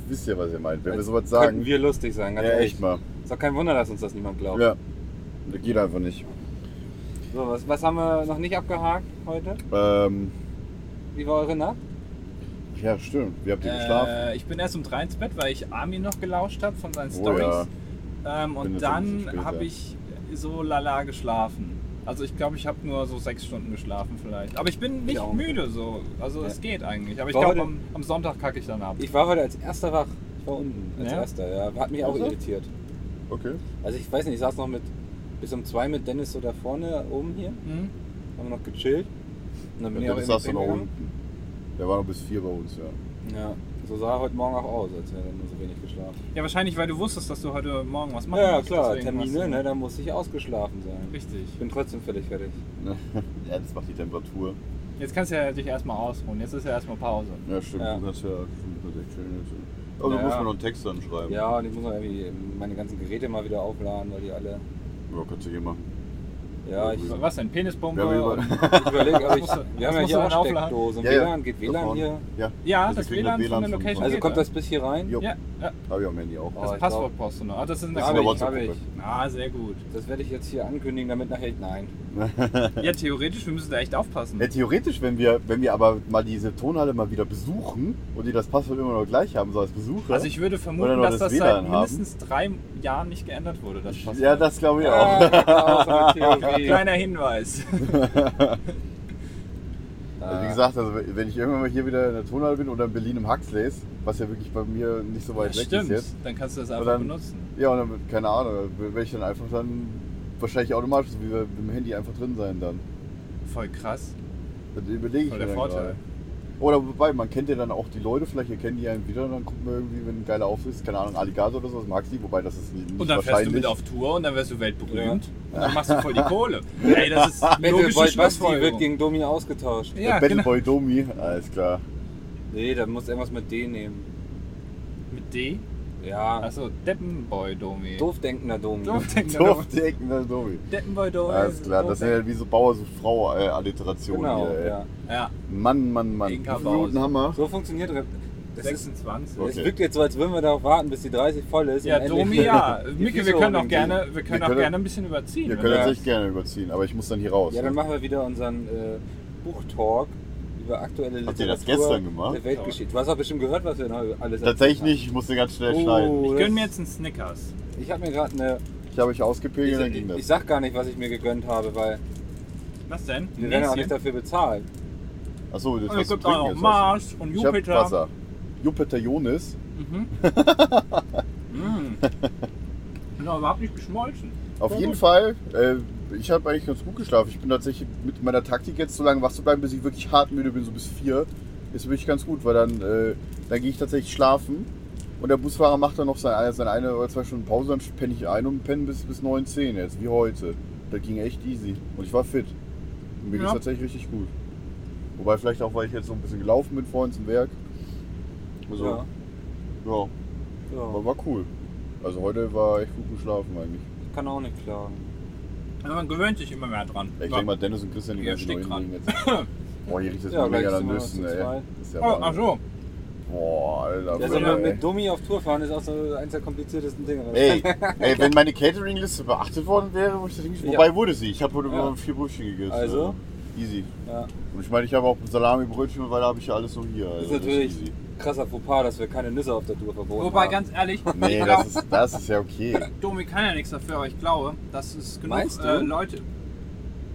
wisst ihr, was ihr meint.
Also,
Wenn wir sowas
Könnten
sagen,
wir lustig sein,
ja,
ganz
echt
ehrlich.
mal.
Ist doch kein Wunder, dass uns das niemand glaubt.
Ja, das geht einfach nicht.
So, was, was haben wir noch nicht abgehakt heute?
Ähm,
Wie war eure Nacht?
ja, stimmt. Wie habt ihr geschlafen?
Äh, ich bin erst um drei ins Bett, weil ich Armin noch gelauscht habe von seinen
Oh ja.
Stories. Ähm,
Bin
und
jetzt ein bisschen
dann
später.
habe ich so lala geschlafen. Also ich glaube, ich habe nur so sechs Stunden geschlafen vielleicht. Aber ich bin nicht
auch.
müde so. Also es geht eigentlich. Aber ich
War
glaube,
heute-
am, am Sonntag kacke ich dann ab.
Ich war heute als erster wach. Ich war unten als
Ja?
erster. Ja, hat mich auch
Also?
irritiert.
Okay.
Also ich weiß nicht, ich saß noch mit bis um zwei mit Dennis so da vorne oben hier.
Hm?
Haben wir noch gechillt. Und dann bin
Ja,
ich
das
auch
saß
eben
dann auch
hingegangen.
unten. Der war noch bis vier bei uns, ja.
Ja, so sah er heute Morgen auch aus, als hätte er nur so wenig geschlafen.
Ja, wahrscheinlich, weil du wusstest, dass du heute Morgen was machen
Ja,
musst,
klar,
deswegen hast
Termine,
du-
ne, da muss ich ausgeschlafen sein.
Richtig.
Ich bin trotzdem völlig fertig.
Ja, das macht die Temperatur.
Jetzt kannst du ja dich erstmal ausruhen. Jetzt ist ja erstmal Pause.
Ja, stimmt.
Ja.
Das ist ja das ist echt schön. jetzt. Aber
Ja.
da muss man noch einen Text dann schreiben.
Ja, und ich muss noch irgendwie meine ganzen Geräte mal wieder aufladen, weil die alle.
ja kannst du hier machen.
Ja, ich
So, Was denn? Penisbombe?
Ja, wir-
und-
überlege, aber ich,
musst
wir
du- das
haben ja
musst
hier
du dann
auch
aufladen.
Steckdose. Und
Ja, ja.
WLAN, geht WLAN
vorne.
hier?
Ja.
ja,
Also
das
kriegen wir
WLAN von
WLAN
der
von-
Location.
Also
geht
kommt
da.
das bis hier rein?
Jo.
Ja, ja.
Habe ich am Handy auch.
Oh,
Das
ich
Passwort brauchst du noch. Ah, das ist eine
Das ist eine
Gruppe.
hab
WhatsApp-Gruppe.
Ah, sehr gut.
Das werde ich jetzt hier ankündigen, damit nachher. Nein.
Ja, theoretisch, wir müssen da echt aufpassen.
Ja, Ne, theoretisch, wenn wir, wenn wir aber mal diese Tonhalle mal wieder besuchen und die das Passwort immer noch gleich haben, so als Besucher.
Also ich würde
Oder
vermuten,
noch
dass
das
das seit
WLAN haben.
mindestens drei Jahren nicht geändert wurde. Das Passwort.
ja, das glaube ich auch.
Ah, genau, so eine Theorie.
Kleiner Hinweis.
Ah.
Also wie gesagt, also wenn ich irgendwann mal hier wieder in der Tonhalle bin oder in Berlin im Huxleys, was ja wirklich bei mir nicht so weit
Ja,
weg ist
stimmt,
jetzt.
dann kannst du das
Und
einfach
dann-
benutzen.
Ja, und dann, keine Ahnung, werde ich dann einfach dann wahrscheinlich automatisch so wie wir mit dem Handy einfach drin sein dann.
Voll krass.
Das überlege ich
Voll
mir dann
der Vorteil.
gerade. Oder wobei, man kennt ja dann auch die Leute, vielleicht erkennen die einen wieder und dann gucken wir irgendwie, wenn ein geiler Auftritt ist, keine Ahnung, Alligator oder sowas, magst du die, wobei das ist nicht
Und dann fährst du
wahrscheinlich.
mit auf Tour und dann wirst du weltberühmt. Und dann machst du voll die Kohle. Ey, das ist
Battleboy
logische
Basti wird
Schlussfolgerung.
gegen Domi ausgetauscht.
Ja,
Battle
genau.
Boy Domi, alles klar.
Nee, da muss irgendwas mit D nehmen.
Mit D?
Ja,
Achso, Deppenboy-Domi.
doof denkender Domi.
Doof.
Durfdecken der Domi.
Deppenboy-Domi.
Alles klar, das sind ja wie so Bauer sucht Frau äh, Alliteration
Genau,
hier, ey.
ja.
Ja,
Mann, Mann, Mann. Wie
Inka
viele Minuten
Bause.
haben wir?
So funktioniert das. Das ist,
26.
Es wirkt jetzt so, als würden wir darauf warten, bis die 30 voll ist.
Ja,
und
Domi,
endlich-
ja.
Also die
Micke,
Füße
wir können auch
hochgehen.
gerne, wir können
Wir
auch
können-
gerne ein bisschen überziehen.
Ihr
wenn
könnt
wir-
das echt gerne überziehen, aber ich muss dann hier raus.
Ja, dann machen wir wieder unseren äh, Buchtalk über aktuelle Literatur.
Habt ihr das gestern gemacht?
Der Weltgeschichte. Du hast auch bestimmt gehört, was wir noch alles
Tatsächlich nicht, ich musste ganz schnell schneiden.
Oh,
ich
das-
gönn mir jetzt einen Snickers.
Ich habe mir gerade eine.
Ich habe euch ausgepegelt, dann ging
Ich, ich
das.
sag gar nicht, was ich mir gegönnt habe, weil
Was denn?
wir werden auch
Näschen?
nicht dafür bezahlt.
Achso, das
Und es
was zu
gibt Oh, auch
trinken
noch
jetzt. hast
Mars und
du. Ich hab
Jupiter.
Wasser. Jupiter Jonas.
Mhm. mm. Sind auch überhaupt nicht geschmolzen.
Auf
Ja,
jeden
gut.
Fall, äh, ich habe eigentlich ganz gut geschlafen. Ich bin tatsächlich mit meiner Taktik jetzt so lange wach zu bleiben, bis ich wirklich hart müde bin, so bis vier. Ist wirklich ganz gut, weil dann, äh, dann gehe ich tatsächlich schlafen und der Busfahrer macht dann noch seine, seine eine oder zwei Stunden Pause, dann penne ich ein und penne bis, bis 9, 10 jetzt, wie heute. Das ging echt easy und ich war fit. Und mir
Ja.
ging es tatsächlich richtig gut. Wobei vielleicht auch, weil ich jetzt so ein bisschen gelaufen bin vorhin zum Werk. Also, ja,
Ja.
ja
ja.
aber war cool. Also heute war echt gut geschlafen eigentlich.
Ich kann auch nicht klagen.
Aber man gewöhnt sich immer mehr dran.
Ich
Ja.
denke mal, Dennis und Christian, die
Ja,
ganzen
steht
neuen
dran.
Dinge jetzt. Boah, hier riecht das
Ja,
ja, mega
gleich
nach
sind wir
Nüssen,
zu
ey.
zweit.
Das ist ja
oh, ach
Wahnsinn.
so.
Boah, Alter.
Ja, so
Bruder,
Also mit,
ey.
mit Dummi auf Tour fahren ist auch so eins der kompliziertesten Dinge.
Ey, ey, wenn meine Catering-Liste beachtet worden wäre, wo ich das hingeschrieben Wobei wurde sie. Ich habe heute
Ja.
nur vier Brötchen gegessen.
Also?
Easy.
Ja.
Und ich meine, ich habe auch Salami-Brötchen, weil da habe ich ja alles so hier. Also
Das ist
das
natürlich
easy.
krasser Fauxpas, dass wir keine Nüsse auf der Tour verboten
Wobei,
haben.
ganz ehrlich, ich
Nee, das
glaube,
ist, das ist ja okay.
Domi kann ja nichts dafür, aber ich glaube, dass es genug
Meinst du?
äh, Leute.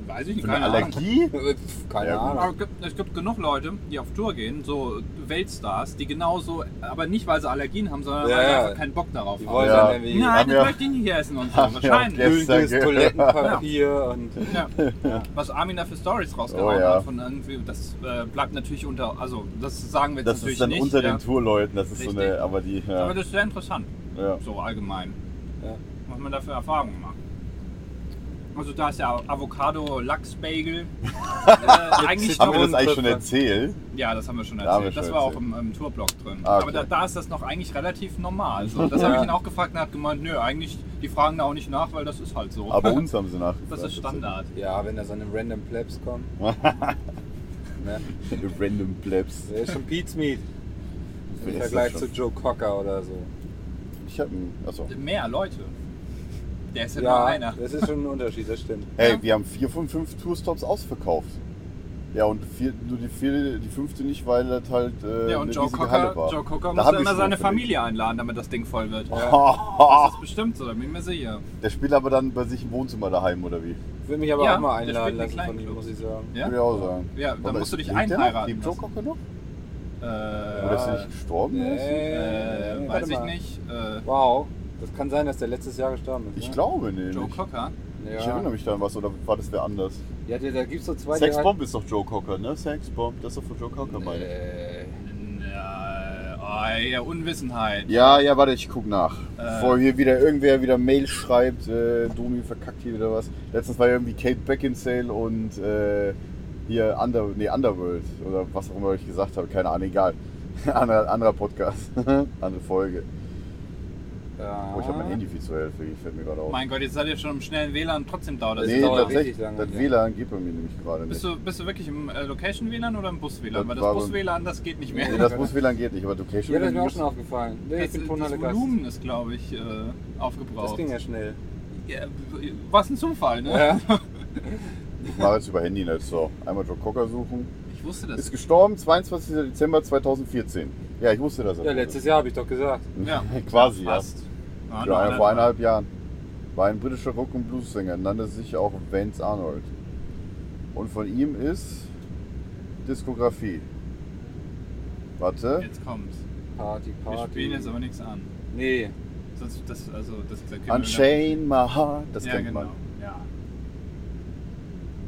Weiß ich nicht,
Für eine
keine Ahnung.
Allergie?
Pff, Äh, keine
Ja, gut.
Ahnung.
Aber es gibt, es gibt genug Leute, die auf Tour gehen, so Weltstars, die genauso, aber nicht weil sie Allergien haben, sondern
Ja,
weil sie
ja.
einfach keinen Bock darauf
Die
haben.
wollen
Ja.
dann irgendwie
Nein,
Haben
das
wir-
möchte ich nicht hier essen und so.
Haben wir auch
Wahrscheinlich.
gestern
öliges
gehört.
Toilettenpapier und
Ja. Was Armin da für Stories rausgehauen
Oh, ja.
hat von irgendwie, das äh, bleibt natürlich unter, also das sagen wir jetzt
Das
natürlich
ist dann
nicht.
unter
ja.
den Tourleuten. Das ist so eine.
Richtig.
Aber die. Ja,
Aber das ist sehr interessant,
ja.
so allgemein.
Ja.
Was man da für Erfahrungen macht. Also da ist ja Avocado-Lachs-Bagel. äh, eigentlich
Haben wir
noch-
das eigentlich schon
Zitronen-
erzählt?
Ja, das haben wir schon
Da haben
erzählt.
wir
Das
schon
war auch
erzählt.
im, im Tourblock drin.
Ah, okay.
Aber da, da ist das noch eigentlich relativ normal. So, das habe ich
Ja.
ihn auch gefragt und er hat gemeint, nö, eigentlich, die fragen da auch nicht nach, weil das ist halt so.
Aber uns haben sie nachgefragt.
das ist Standard.
Ja, wenn da so eine random Plebs Ne? kommt. ne?
Random Plebs.
Der ist schon Pete's Meat.
Wer
Im
ist
Vergleich
das
zu
schon?
Joe Cocker oder so.
Ich hab einen. Achso.
Mehr Leute. Der ist ja, nur einer.
das ist schon ein Unterschied, das stimmt.
Hey, wir haben vier von fünf Tourstops ausverkauft. Ja, und vier, nur die, vier, die fünfte nicht, weil das halt äh,
Ja, und
eine
Joe
riesige Halle
Cocker,
war.
Joe Cocker
Da
muss
hab
ja
ich
immer
schon
seine
für mich.
Familie einladen, damit das Ding voll wird. Das ist bestimmt so, da bin ich mir sicher.
Der spielt aber dann bei sich im Wohnzimmer daheim, oder wie?
Will mich aber
Ja,
auch mal
der
einladen
spielt
lassen
in
von ihm,
Kleinklubs.
muss ich sagen.
Ja?
Würde ich auch sagen.
Ja, dann
Oder
musst du dich
lebt der noch?
einheiraten.
Lebt Joe Cocker noch?
lassen.
Oder ist
Äh,
er nicht gestorben?
Nee,
äh,
warte
weiß ich
mal.
nicht. Äh,
Wow, das kann sein, dass der letztes Jahr gestorben ist.
Ich
ne?
glaube nicht.
Joe Cocker.
Ich erinnere
Ja,
mich da an was, oder war das wer anders?
ja der- da gibt es so zwei, die halt-
Sexbomb ist doch Joe Cocker, ne? Sexbomb, das ist doch von Joe Cocker,
ne?
meine ich.
Äh,
Ja, äh, ja, Unwissenheit.
Ja, ja, warte, ich guck nach.
Äh.
Bevor hier wieder irgendwer wieder Mail schreibt, äh, Domi verkackt hier wieder was. Letztens war ja irgendwie Kate Beckinsale und äh, hier Under, nee, Underworld oder was auch immer ich gesagt habe, keine Ahnung, egal. Anderer, anderer Podcast, andere Folge.
ja.
Oh, ich habe mein Handy viel zu helfen, ich fällt mir gerade auf.
Mein Gott, jetzt seid ihr schon im schnellen WLAN, trotzdem dauert das.
nee,
jetzt.
dauert
tatsächlich,
richtig lange,
das
ja.
WLAN geht bei mir nämlich gerade nicht.
Bist du, bist du wirklich im äh, Location-WLAN oder im Bus-WLAN?
Das
Weil
war
das
so-
Bus-WLAN, das geht nicht mehr.
Nee, das muss WLAN geht nicht, aber du kriegst
Ja, das ist mir auch schon
schon
aufgefallen. Nee, ich
Das,
bin
das
tonale Gast.
Volumen ist, glaube ich, äh,
Das
aufgebraucht.
ging ja schnell.
Ja, was ein Zufall, ne?
Ja.
Ich mache jetzt über Handynetz so. Einmal Joe Cocker suchen.
Ich wusste
Ist
das.
gestorben, 22. Dezember 2014. Ja, ich wusste das.
Ja, letztes Jahr habe ich doch gesagt.
Ja,
Quasi, ja.
fast.
ja,
Ja, nur
ja
einer-
vor eineinhalb Jahren. War ein britischer Rock- und Blues-Sänger, nannte sich auch Vance Arnold. Und von ihm ist Diskografie. Warte.
Jetzt kommt's.
Party,
Wir
Party.
spielen jetzt aber nichts an.
Nee,
Sonst, das, also, das, da können wir-
Unchain My Heart, das
ja,
kennt
genau.
man.
Ja.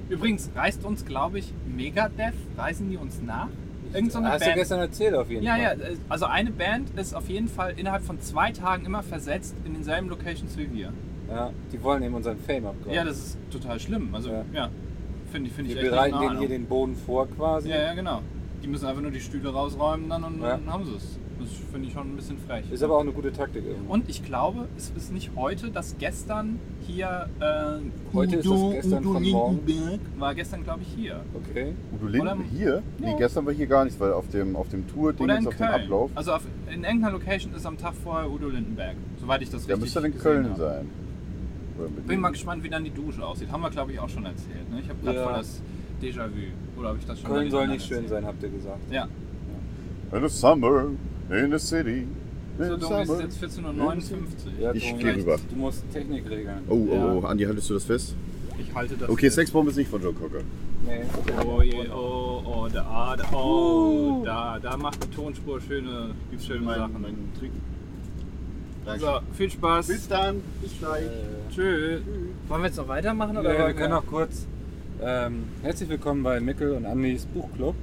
Übrigens, reist uns, glaube ich, Megadeth, reisen die uns nach? Irgend so eine
hast du
Band.
gestern erzählt auf jeden
ja, ja,
Fall.
äh, also eine Band ist auf jeden Fall innerhalb von zwei Tagen immer versetzt in denselben Locations wie wir.
Ja, Die wollen eben unseren Fame abgreifen.
Ja, das ist total schlimm. Also, ja,
Ja.
finde ich, finde ich
Wir
echt nicht
bereiten
in
denen hier
Ordnung.
den Boden vor quasi.
Ja, ja, genau. Die müssen einfach nur die Stühle rausräumen dann und
Ja.
dann haben sie es. Das finde ich schon ein bisschen frech.
Ist aber auch eine gute Taktik irgendwie.
Und ich glaube, es ist nicht heute, dass gestern hier äh,
Heute ist
Udo,
das gestern
Udo
von morgen.
Lindenberg war gestern, glaube ich, hier.
Okay.
Udo
genau. Oder-
Lindenberg hier? Nee,
Ja.
gestern war hier gar nichts, weil auf dem, auf dem Tour-Ding
Oder
jetzt
in
auf dem
Köln.
Ablauf.
Also auf, in irgendeiner Location ist am Tag vorher Udo Lindenberg, soweit ich das
Der
richtig
müsste dann in
gesehen
Köln
habe.
sein. Oder in
Bin
Berlin.
mal gespannt, wie dann die Dusche aussieht. Haben wir, glaube ich, auch schon erzählt. Ne? Ich habe gerade
Ja.
voll das Déjà-vu. Oder habe ich das schon
Köln
bei
soll
den
nicht schön
anderen
sein, habt ihr gesagt.
erzählt? Ja.
In the summer, in the city,
So
in the
dumm ist es
summer.
jetzt 14.59 Uhr.
Ja,
Ich
Tobi,
geh rüber.
Du musst Technik regeln.
Oh, oh, oh, Andi, haltest du das fest?
Ich halte das.
Okay, Sexbomb ist nicht von Joe Cocker.
Nee.
Oh, je, oh, oh, da, da,
Uh.
oh, da, da macht die Tonspur schöne, schöne Sachen.
Trick.
So, viel Spaß.
Bis dann, bis gleich.
Tschüss. Wollen wir jetzt noch weitermachen? Oder
Oder
wollen
Äh. wir können auch kurz. Ähm, herzlich willkommen bei Mickel und Andis Buchclub.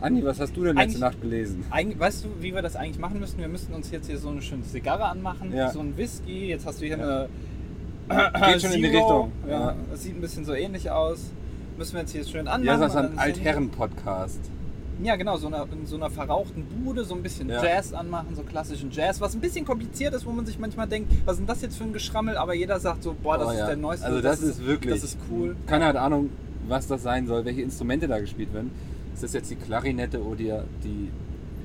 Andi, was hast du denn letzte
Eigentlich-
Nacht gelesen?
Eigentlich, weißt du, wie wir das eigentlich machen müssten? Wir müssten uns jetzt hier so eine schöne Zigarre anmachen,
Ja.
so einen Whisky. Jetzt hast du hier eine.
Geht schon in die Richtung.
Ja,
Ja.
das sieht ein bisschen so ähnlich aus. Müssen wir jetzt hier schön anmachen.
Ja, das ist
und
ein
dann
Altherren-Podcast.
Ja, genau, so einer, in so einer verrauchten Bude, so ein bisschen
Ja.
Jazz anmachen, so klassischen Jazz, was ein bisschen kompliziert ist, wo man sich manchmal denkt, was ist denn das jetzt für ein Geschrammel, aber jeder sagt so, boah, Ah, das
Oh
ist
ja.
der neueste.
Also das, ist wirklich.
Das ist cool.
Keiner hat Ahnung, was das sein soll, welche Instrumente da gespielt werden. Ist das jetzt die Klarinette oder die, die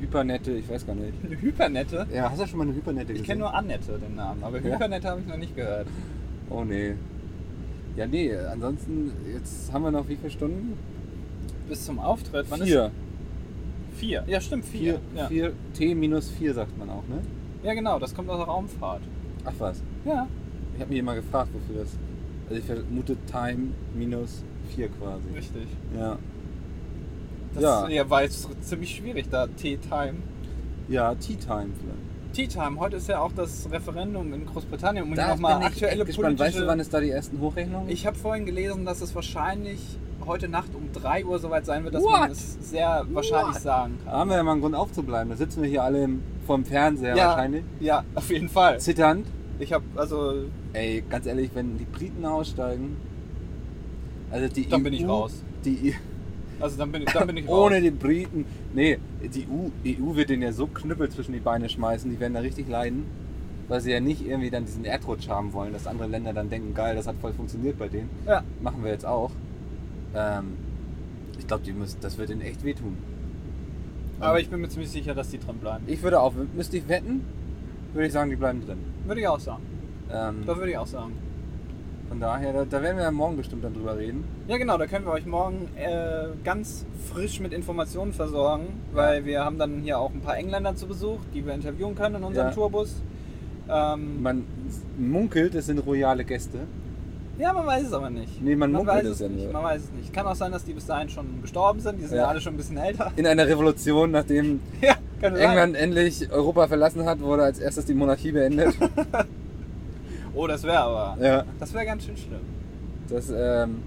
Hypernette? Ich weiß gar nicht.
Eine Hypernette.
Ja, hast du schon mal eine Hypernette
Ich
gesehen?
kenne nur Annette, den Namen, aber
Ja.
Hypernette habe ich noch nicht gehört.
Oh nee. Ja, nee, ansonsten, jetzt haben wir noch wie viele Stunden?
Bis zum Auftritt, wann
vier.
ist Vier. Ja, stimmt,
Vier,
vier. ja.
vier. T minus vier sagt man auch, ne?
ja, genau, das kommt aus der Raumfahrt.
Ach was.
Ja.
Ich habe mich immer gefragt, wofür das. Also ich vermute Time minus vier quasi.
Richtig.
Ja.
Das
Ja.
Ist, ja, weil es ist ziemlich schwierig da, Tea Time.
Ja, Tea Time vielleicht.
Tea Time, heute ist ja auch das Referendum in Großbritannien, um
Da
hier nochmal aktuelle
echt gespannt.
politische...
Weißt du, wann es da die ersten Hochrechnungen
Ich habe vorhin gelesen, dass es wahrscheinlich heute Nacht um 3 Uhr soweit sein wird, dass
What?
man es sehr wahrscheinlich
What?
sagen
Da
kann.
haben wir ja mal einen Grund aufzubleiben. Da sitzen wir hier alle im, vorm Fernseher
Ja.
wahrscheinlich.
Ja, auf jeden Fall.
Zitternd.
Ich habe also
Ey, ganz ehrlich, wenn die Briten aussteigen. Also die
Dann
EU,
bin ich raus.
Die, E
also dann bin ich dann bin ich
ohne
raus.
die Briten. Nee, die EU, EU wird den ja so Knüppel zwischen die Beine schmeißen, die werden da richtig leiden. Weil sie ja nicht irgendwie dann diesen Erdrutsch haben wollen, dass andere Länder dann denken, geil, das hat voll funktioniert bei denen.
Ja.
Machen wir jetzt auch. Ähm, ich glaube, die müssen, das wird ihnen echt wehtun.
Aber ich bin mir ziemlich sicher, dass die drin bleiben.
Ich würde auch, müsste ich wetten, würde ich sagen, die bleiben drin.
Würde ich auch sagen.
Ähm,
Das würde ich auch sagen.
von daher, da, da werden wir ja morgen bestimmt dann drüber reden.
Ja genau, da können wir euch morgen äh, ganz frisch mit Informationen versorgen, weil wir haben dann hier auch ein paar Engländer zu Besuch, die wir interviewen können in unserem
Ja.
Tourbus. Ähm,
Man munkelt, es sind royale Gäste.
ja, man weiß es aber nicht.
Nee, man
man
munkelt
weiß
es
es
ja
nicht.
nur.
Man weiß es nicht. Kann auch sein, dass die bis dahin schon gestorben sind. Die sind ja,
Ja.
alle schon ein bisschen älter.
In einer Revolution, nachdem
ja, kann sein.
England endlich Europa verlassen hat, wurde als erstes die Monarchie beendet.
Oh, das wäre aber.
ja,
Das wäre ganz schön schlimm.
das, ähm,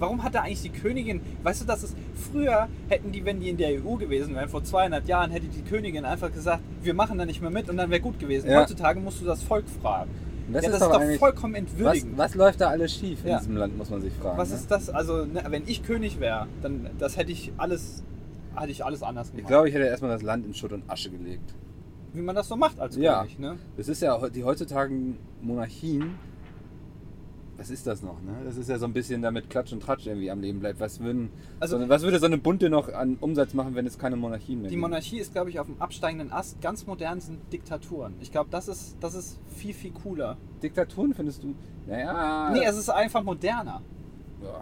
Warum hat da eigentlich die Königin, weißt du, dass es früher hätten die, wenn die in der EU gewesen wären, vor 200 Jahren, hätte die Königin einfach gesagt, wir machen da nicht mehr mit und dann wäre gut gewesen.
Ja.
Heutzutage musst du das Volk fragen.
das
ja,
ist,
das
doch
ist doch
eigentlich,
vollkommen
was,
entwürdigend.
was läuft da alles schief in
Ja.
diesem Land, muss man sich fragen.
Was
ne?
ist das? Also, ne, wenn ich König wäre, dann das hätte ich alles, hätte ich alles anders gemacht.
Ich glaube, ich hätte erstmal das Land in Schutt und Asche gelegt.
Wie man das so macht als
Ja.
König, ne?
Das ist ja heu- die heutzutage Monarchien. Was ist das noch? Ne? Das ist ja so ein bisschen damit Klatsch und Tratsch irgendwie am Leben bleibt. Was, würden,
Also-
so, was würde so eine Bunte noch an Umsatz machen, wenn es keine Monarchien mehr
Die
gibt?
Monarchie ist, glaube ich, auf dem absteigenden Ast. Ganz modern sind Diktaturen. Ich glaube, das ist, das ist viel, viel cooler.
Diktaturen findest du? Naja.
Nee, es ist einfach moderner.
ja.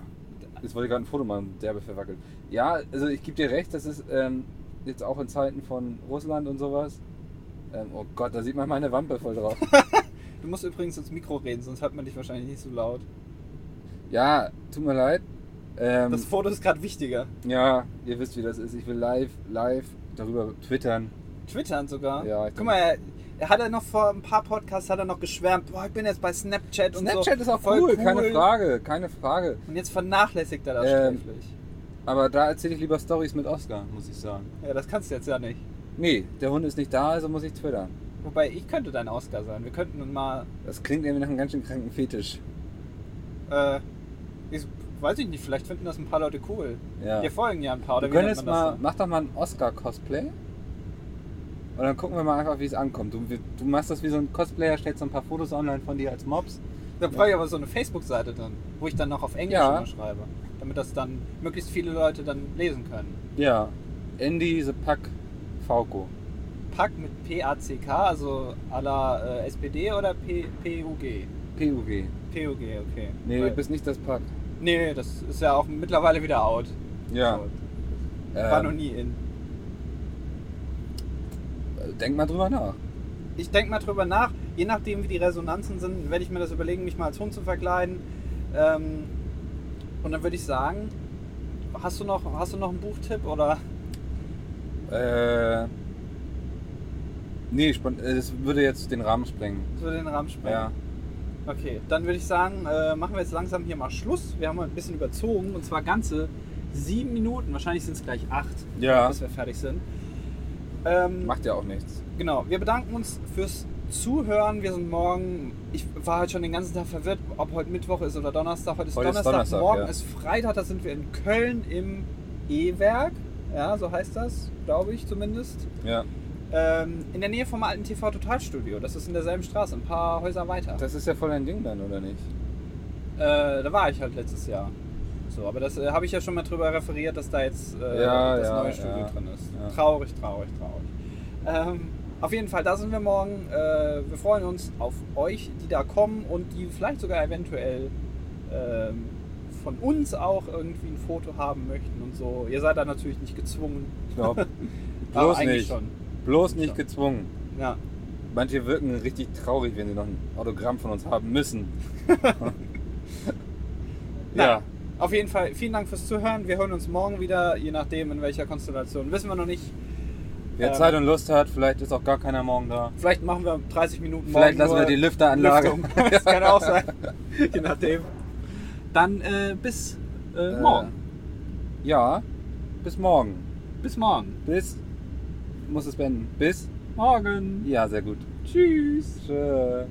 Jetzt wollte ich gerade ein Foto machen, derbe verwackelt. Ja, also ich gebe dir recht, das ist ähm, jetzt auch in Zeiten von Russland und sowas. Ähm, oh Gott, da sieht man meine Wampe voll drauf.
Du musst übrigens ins Mikro reden, sonst hört man dich wahrscheinlich nicht so laut.
ja, tut mir leid. Ähm,
Das Foto ist gerade wichtiger.
Ja, ihr wisst, wie das ist. Ich will live, live darüber twittern.
Twittern sogar.
Ja, ich
Guck mal, er, er hat er noch vor ein paar Podcasts hat er noch geschwärmt. Boah, ich bin jetzt bei Snapchat und so.
Snapchat ist auch cool, keine Frage, keine Frage.
Und jetzt vernachlässigt er das
Ähm.
sträflich.
Aber da erzähle ich lieber Stories mit Oscar, muss ich sagen.
Ja, das kannst du jetzt ja nicht.
Nee, der Hund ist nicht da, also muss ich twittern.
Wobei, ich könnte dein Oscar sein. Wir könnten nun mal,
Das klingt irgendwie nach einem ganz schön kranken Fetisch.
äh, ich, weiß ich nicht, vielleicht finden das ein paar Leute cool.
Ja.
Wir folgen ja ein paar, oder
du
wie nennt
könntest
man das
mal,
dann?
mach doch mal ein Oscar-Cosplay. Und dann gucken wir mal einfach, wie es ankommt. Du, wir- du machst das wie so ein Cosplayer, stellst so ein paar Fotos online von dir als Mobs.
Da brauche ich aber so eine Facebook-Seite dann, wo ich dann noch auf Englisch
Ja.
immer schreibe. Damit das dann möglichst viele Leute dann lesen können.
Ja. Andy the Pack Falco.
Pack mit P-A-C-K, also à la äh, SPD oder P- PUG?
PUG.
PUG, okay.
Nee,
Weil-
du bist nicht das Pack.
nee, das ist ja auch mittlerweile wieder out.
Ja.
So, War noch
Ähm,
nie in.
denk mal drüber nach.
Ich denke mal drüber nach, je nachdem wie die Resonanzen sind, werde ich mir das überlegen, mich mal als Hund zu verkleiden. Ähm, und dann würde ich sagen, hast du noch, hast du noch einen Buchtipp oder?
Äh, nee, span- äh, das würde jetzt den Rahmen sprengen.
Das würde den Rahmen sprengen.
Ja.
Okay, dann würde ich sagen, äh, machen wir jetzt langsam hier mal Schluss. Wir haben mal ein bisschen überzogen und zwar ganze sieben Minuten, wahrscheinlich sind es gleich acht,
Ja.
bis wir fertig sind. Ähm,
Macht ja auch nichts.
genau, wir bedanken uns fürs Zuhören. Wir sind morgen, ich war heute schon den ganzen Tag verwirrt, ob heute Mittwoch ist oder Donnerstag. Heute ist,
Heute ist
Donnerstag,
Donnerstag,
morgen
ja.
ist Freitag, da sind wir in Köln im E-Werk. Ja, so heißt das, glaube ich zumindest.
Ja.
Ähm, in der Nähe vom alten TV Totalstudio. Das ist in derselben Straße, ein paar Häuser weiter.
Das ist ja voll ein Ding dann, oder nicht?
Äh, da war ich halt letztes Jahr. So, aber das äh, habe ich ja schon mal drüber referiert, dass da jetzt äh,
Ja,
das
ja,
neue Studio
ja.
drin ist.
Ja.
Traurig, traurig, traurig. Ähm, auf jeden Fall, da sind wir morgen. Äh, wir freuen uns auf euch, die da kommen und die vielleicht sogar eventuell ähm, von uns auch irgendwie ein Foto haben möchten und so. Ihr seid da natürlich nicht gezwungen.
Ich glaube,
aber
bloß
eigentlich
nicht.
schon.
Bloß nicht
Schon.
gezwungen.
Ja.
Manche wirken richtig traurig, wenn sie noch ein Autogramm von uns haben müssen. ja.
Auf jeden Fall, vielen Dank fürs Zuhören. Wir hören uns morgen wieder, je nachdem in welcher Konstellation. Wissen wir noch nicht.
Wer
Ähm.
Zeit und Lust hat, vielleicht ist auch gar keiner morgen da.
Vielleicht machen wir 30 Minuten
Vielleicht lassen
morgen
wir die Lüfteranlage.
Lüftung. Das kann auch sein. Je nachdem. Dann äh, bis äh, morgen.
Äh, ja, bis morgen.
Bis morgen.
Bis. Muss es beenden. Bis.
Morgen.
Ja, sehr gut.
Tschüss.
Tschö.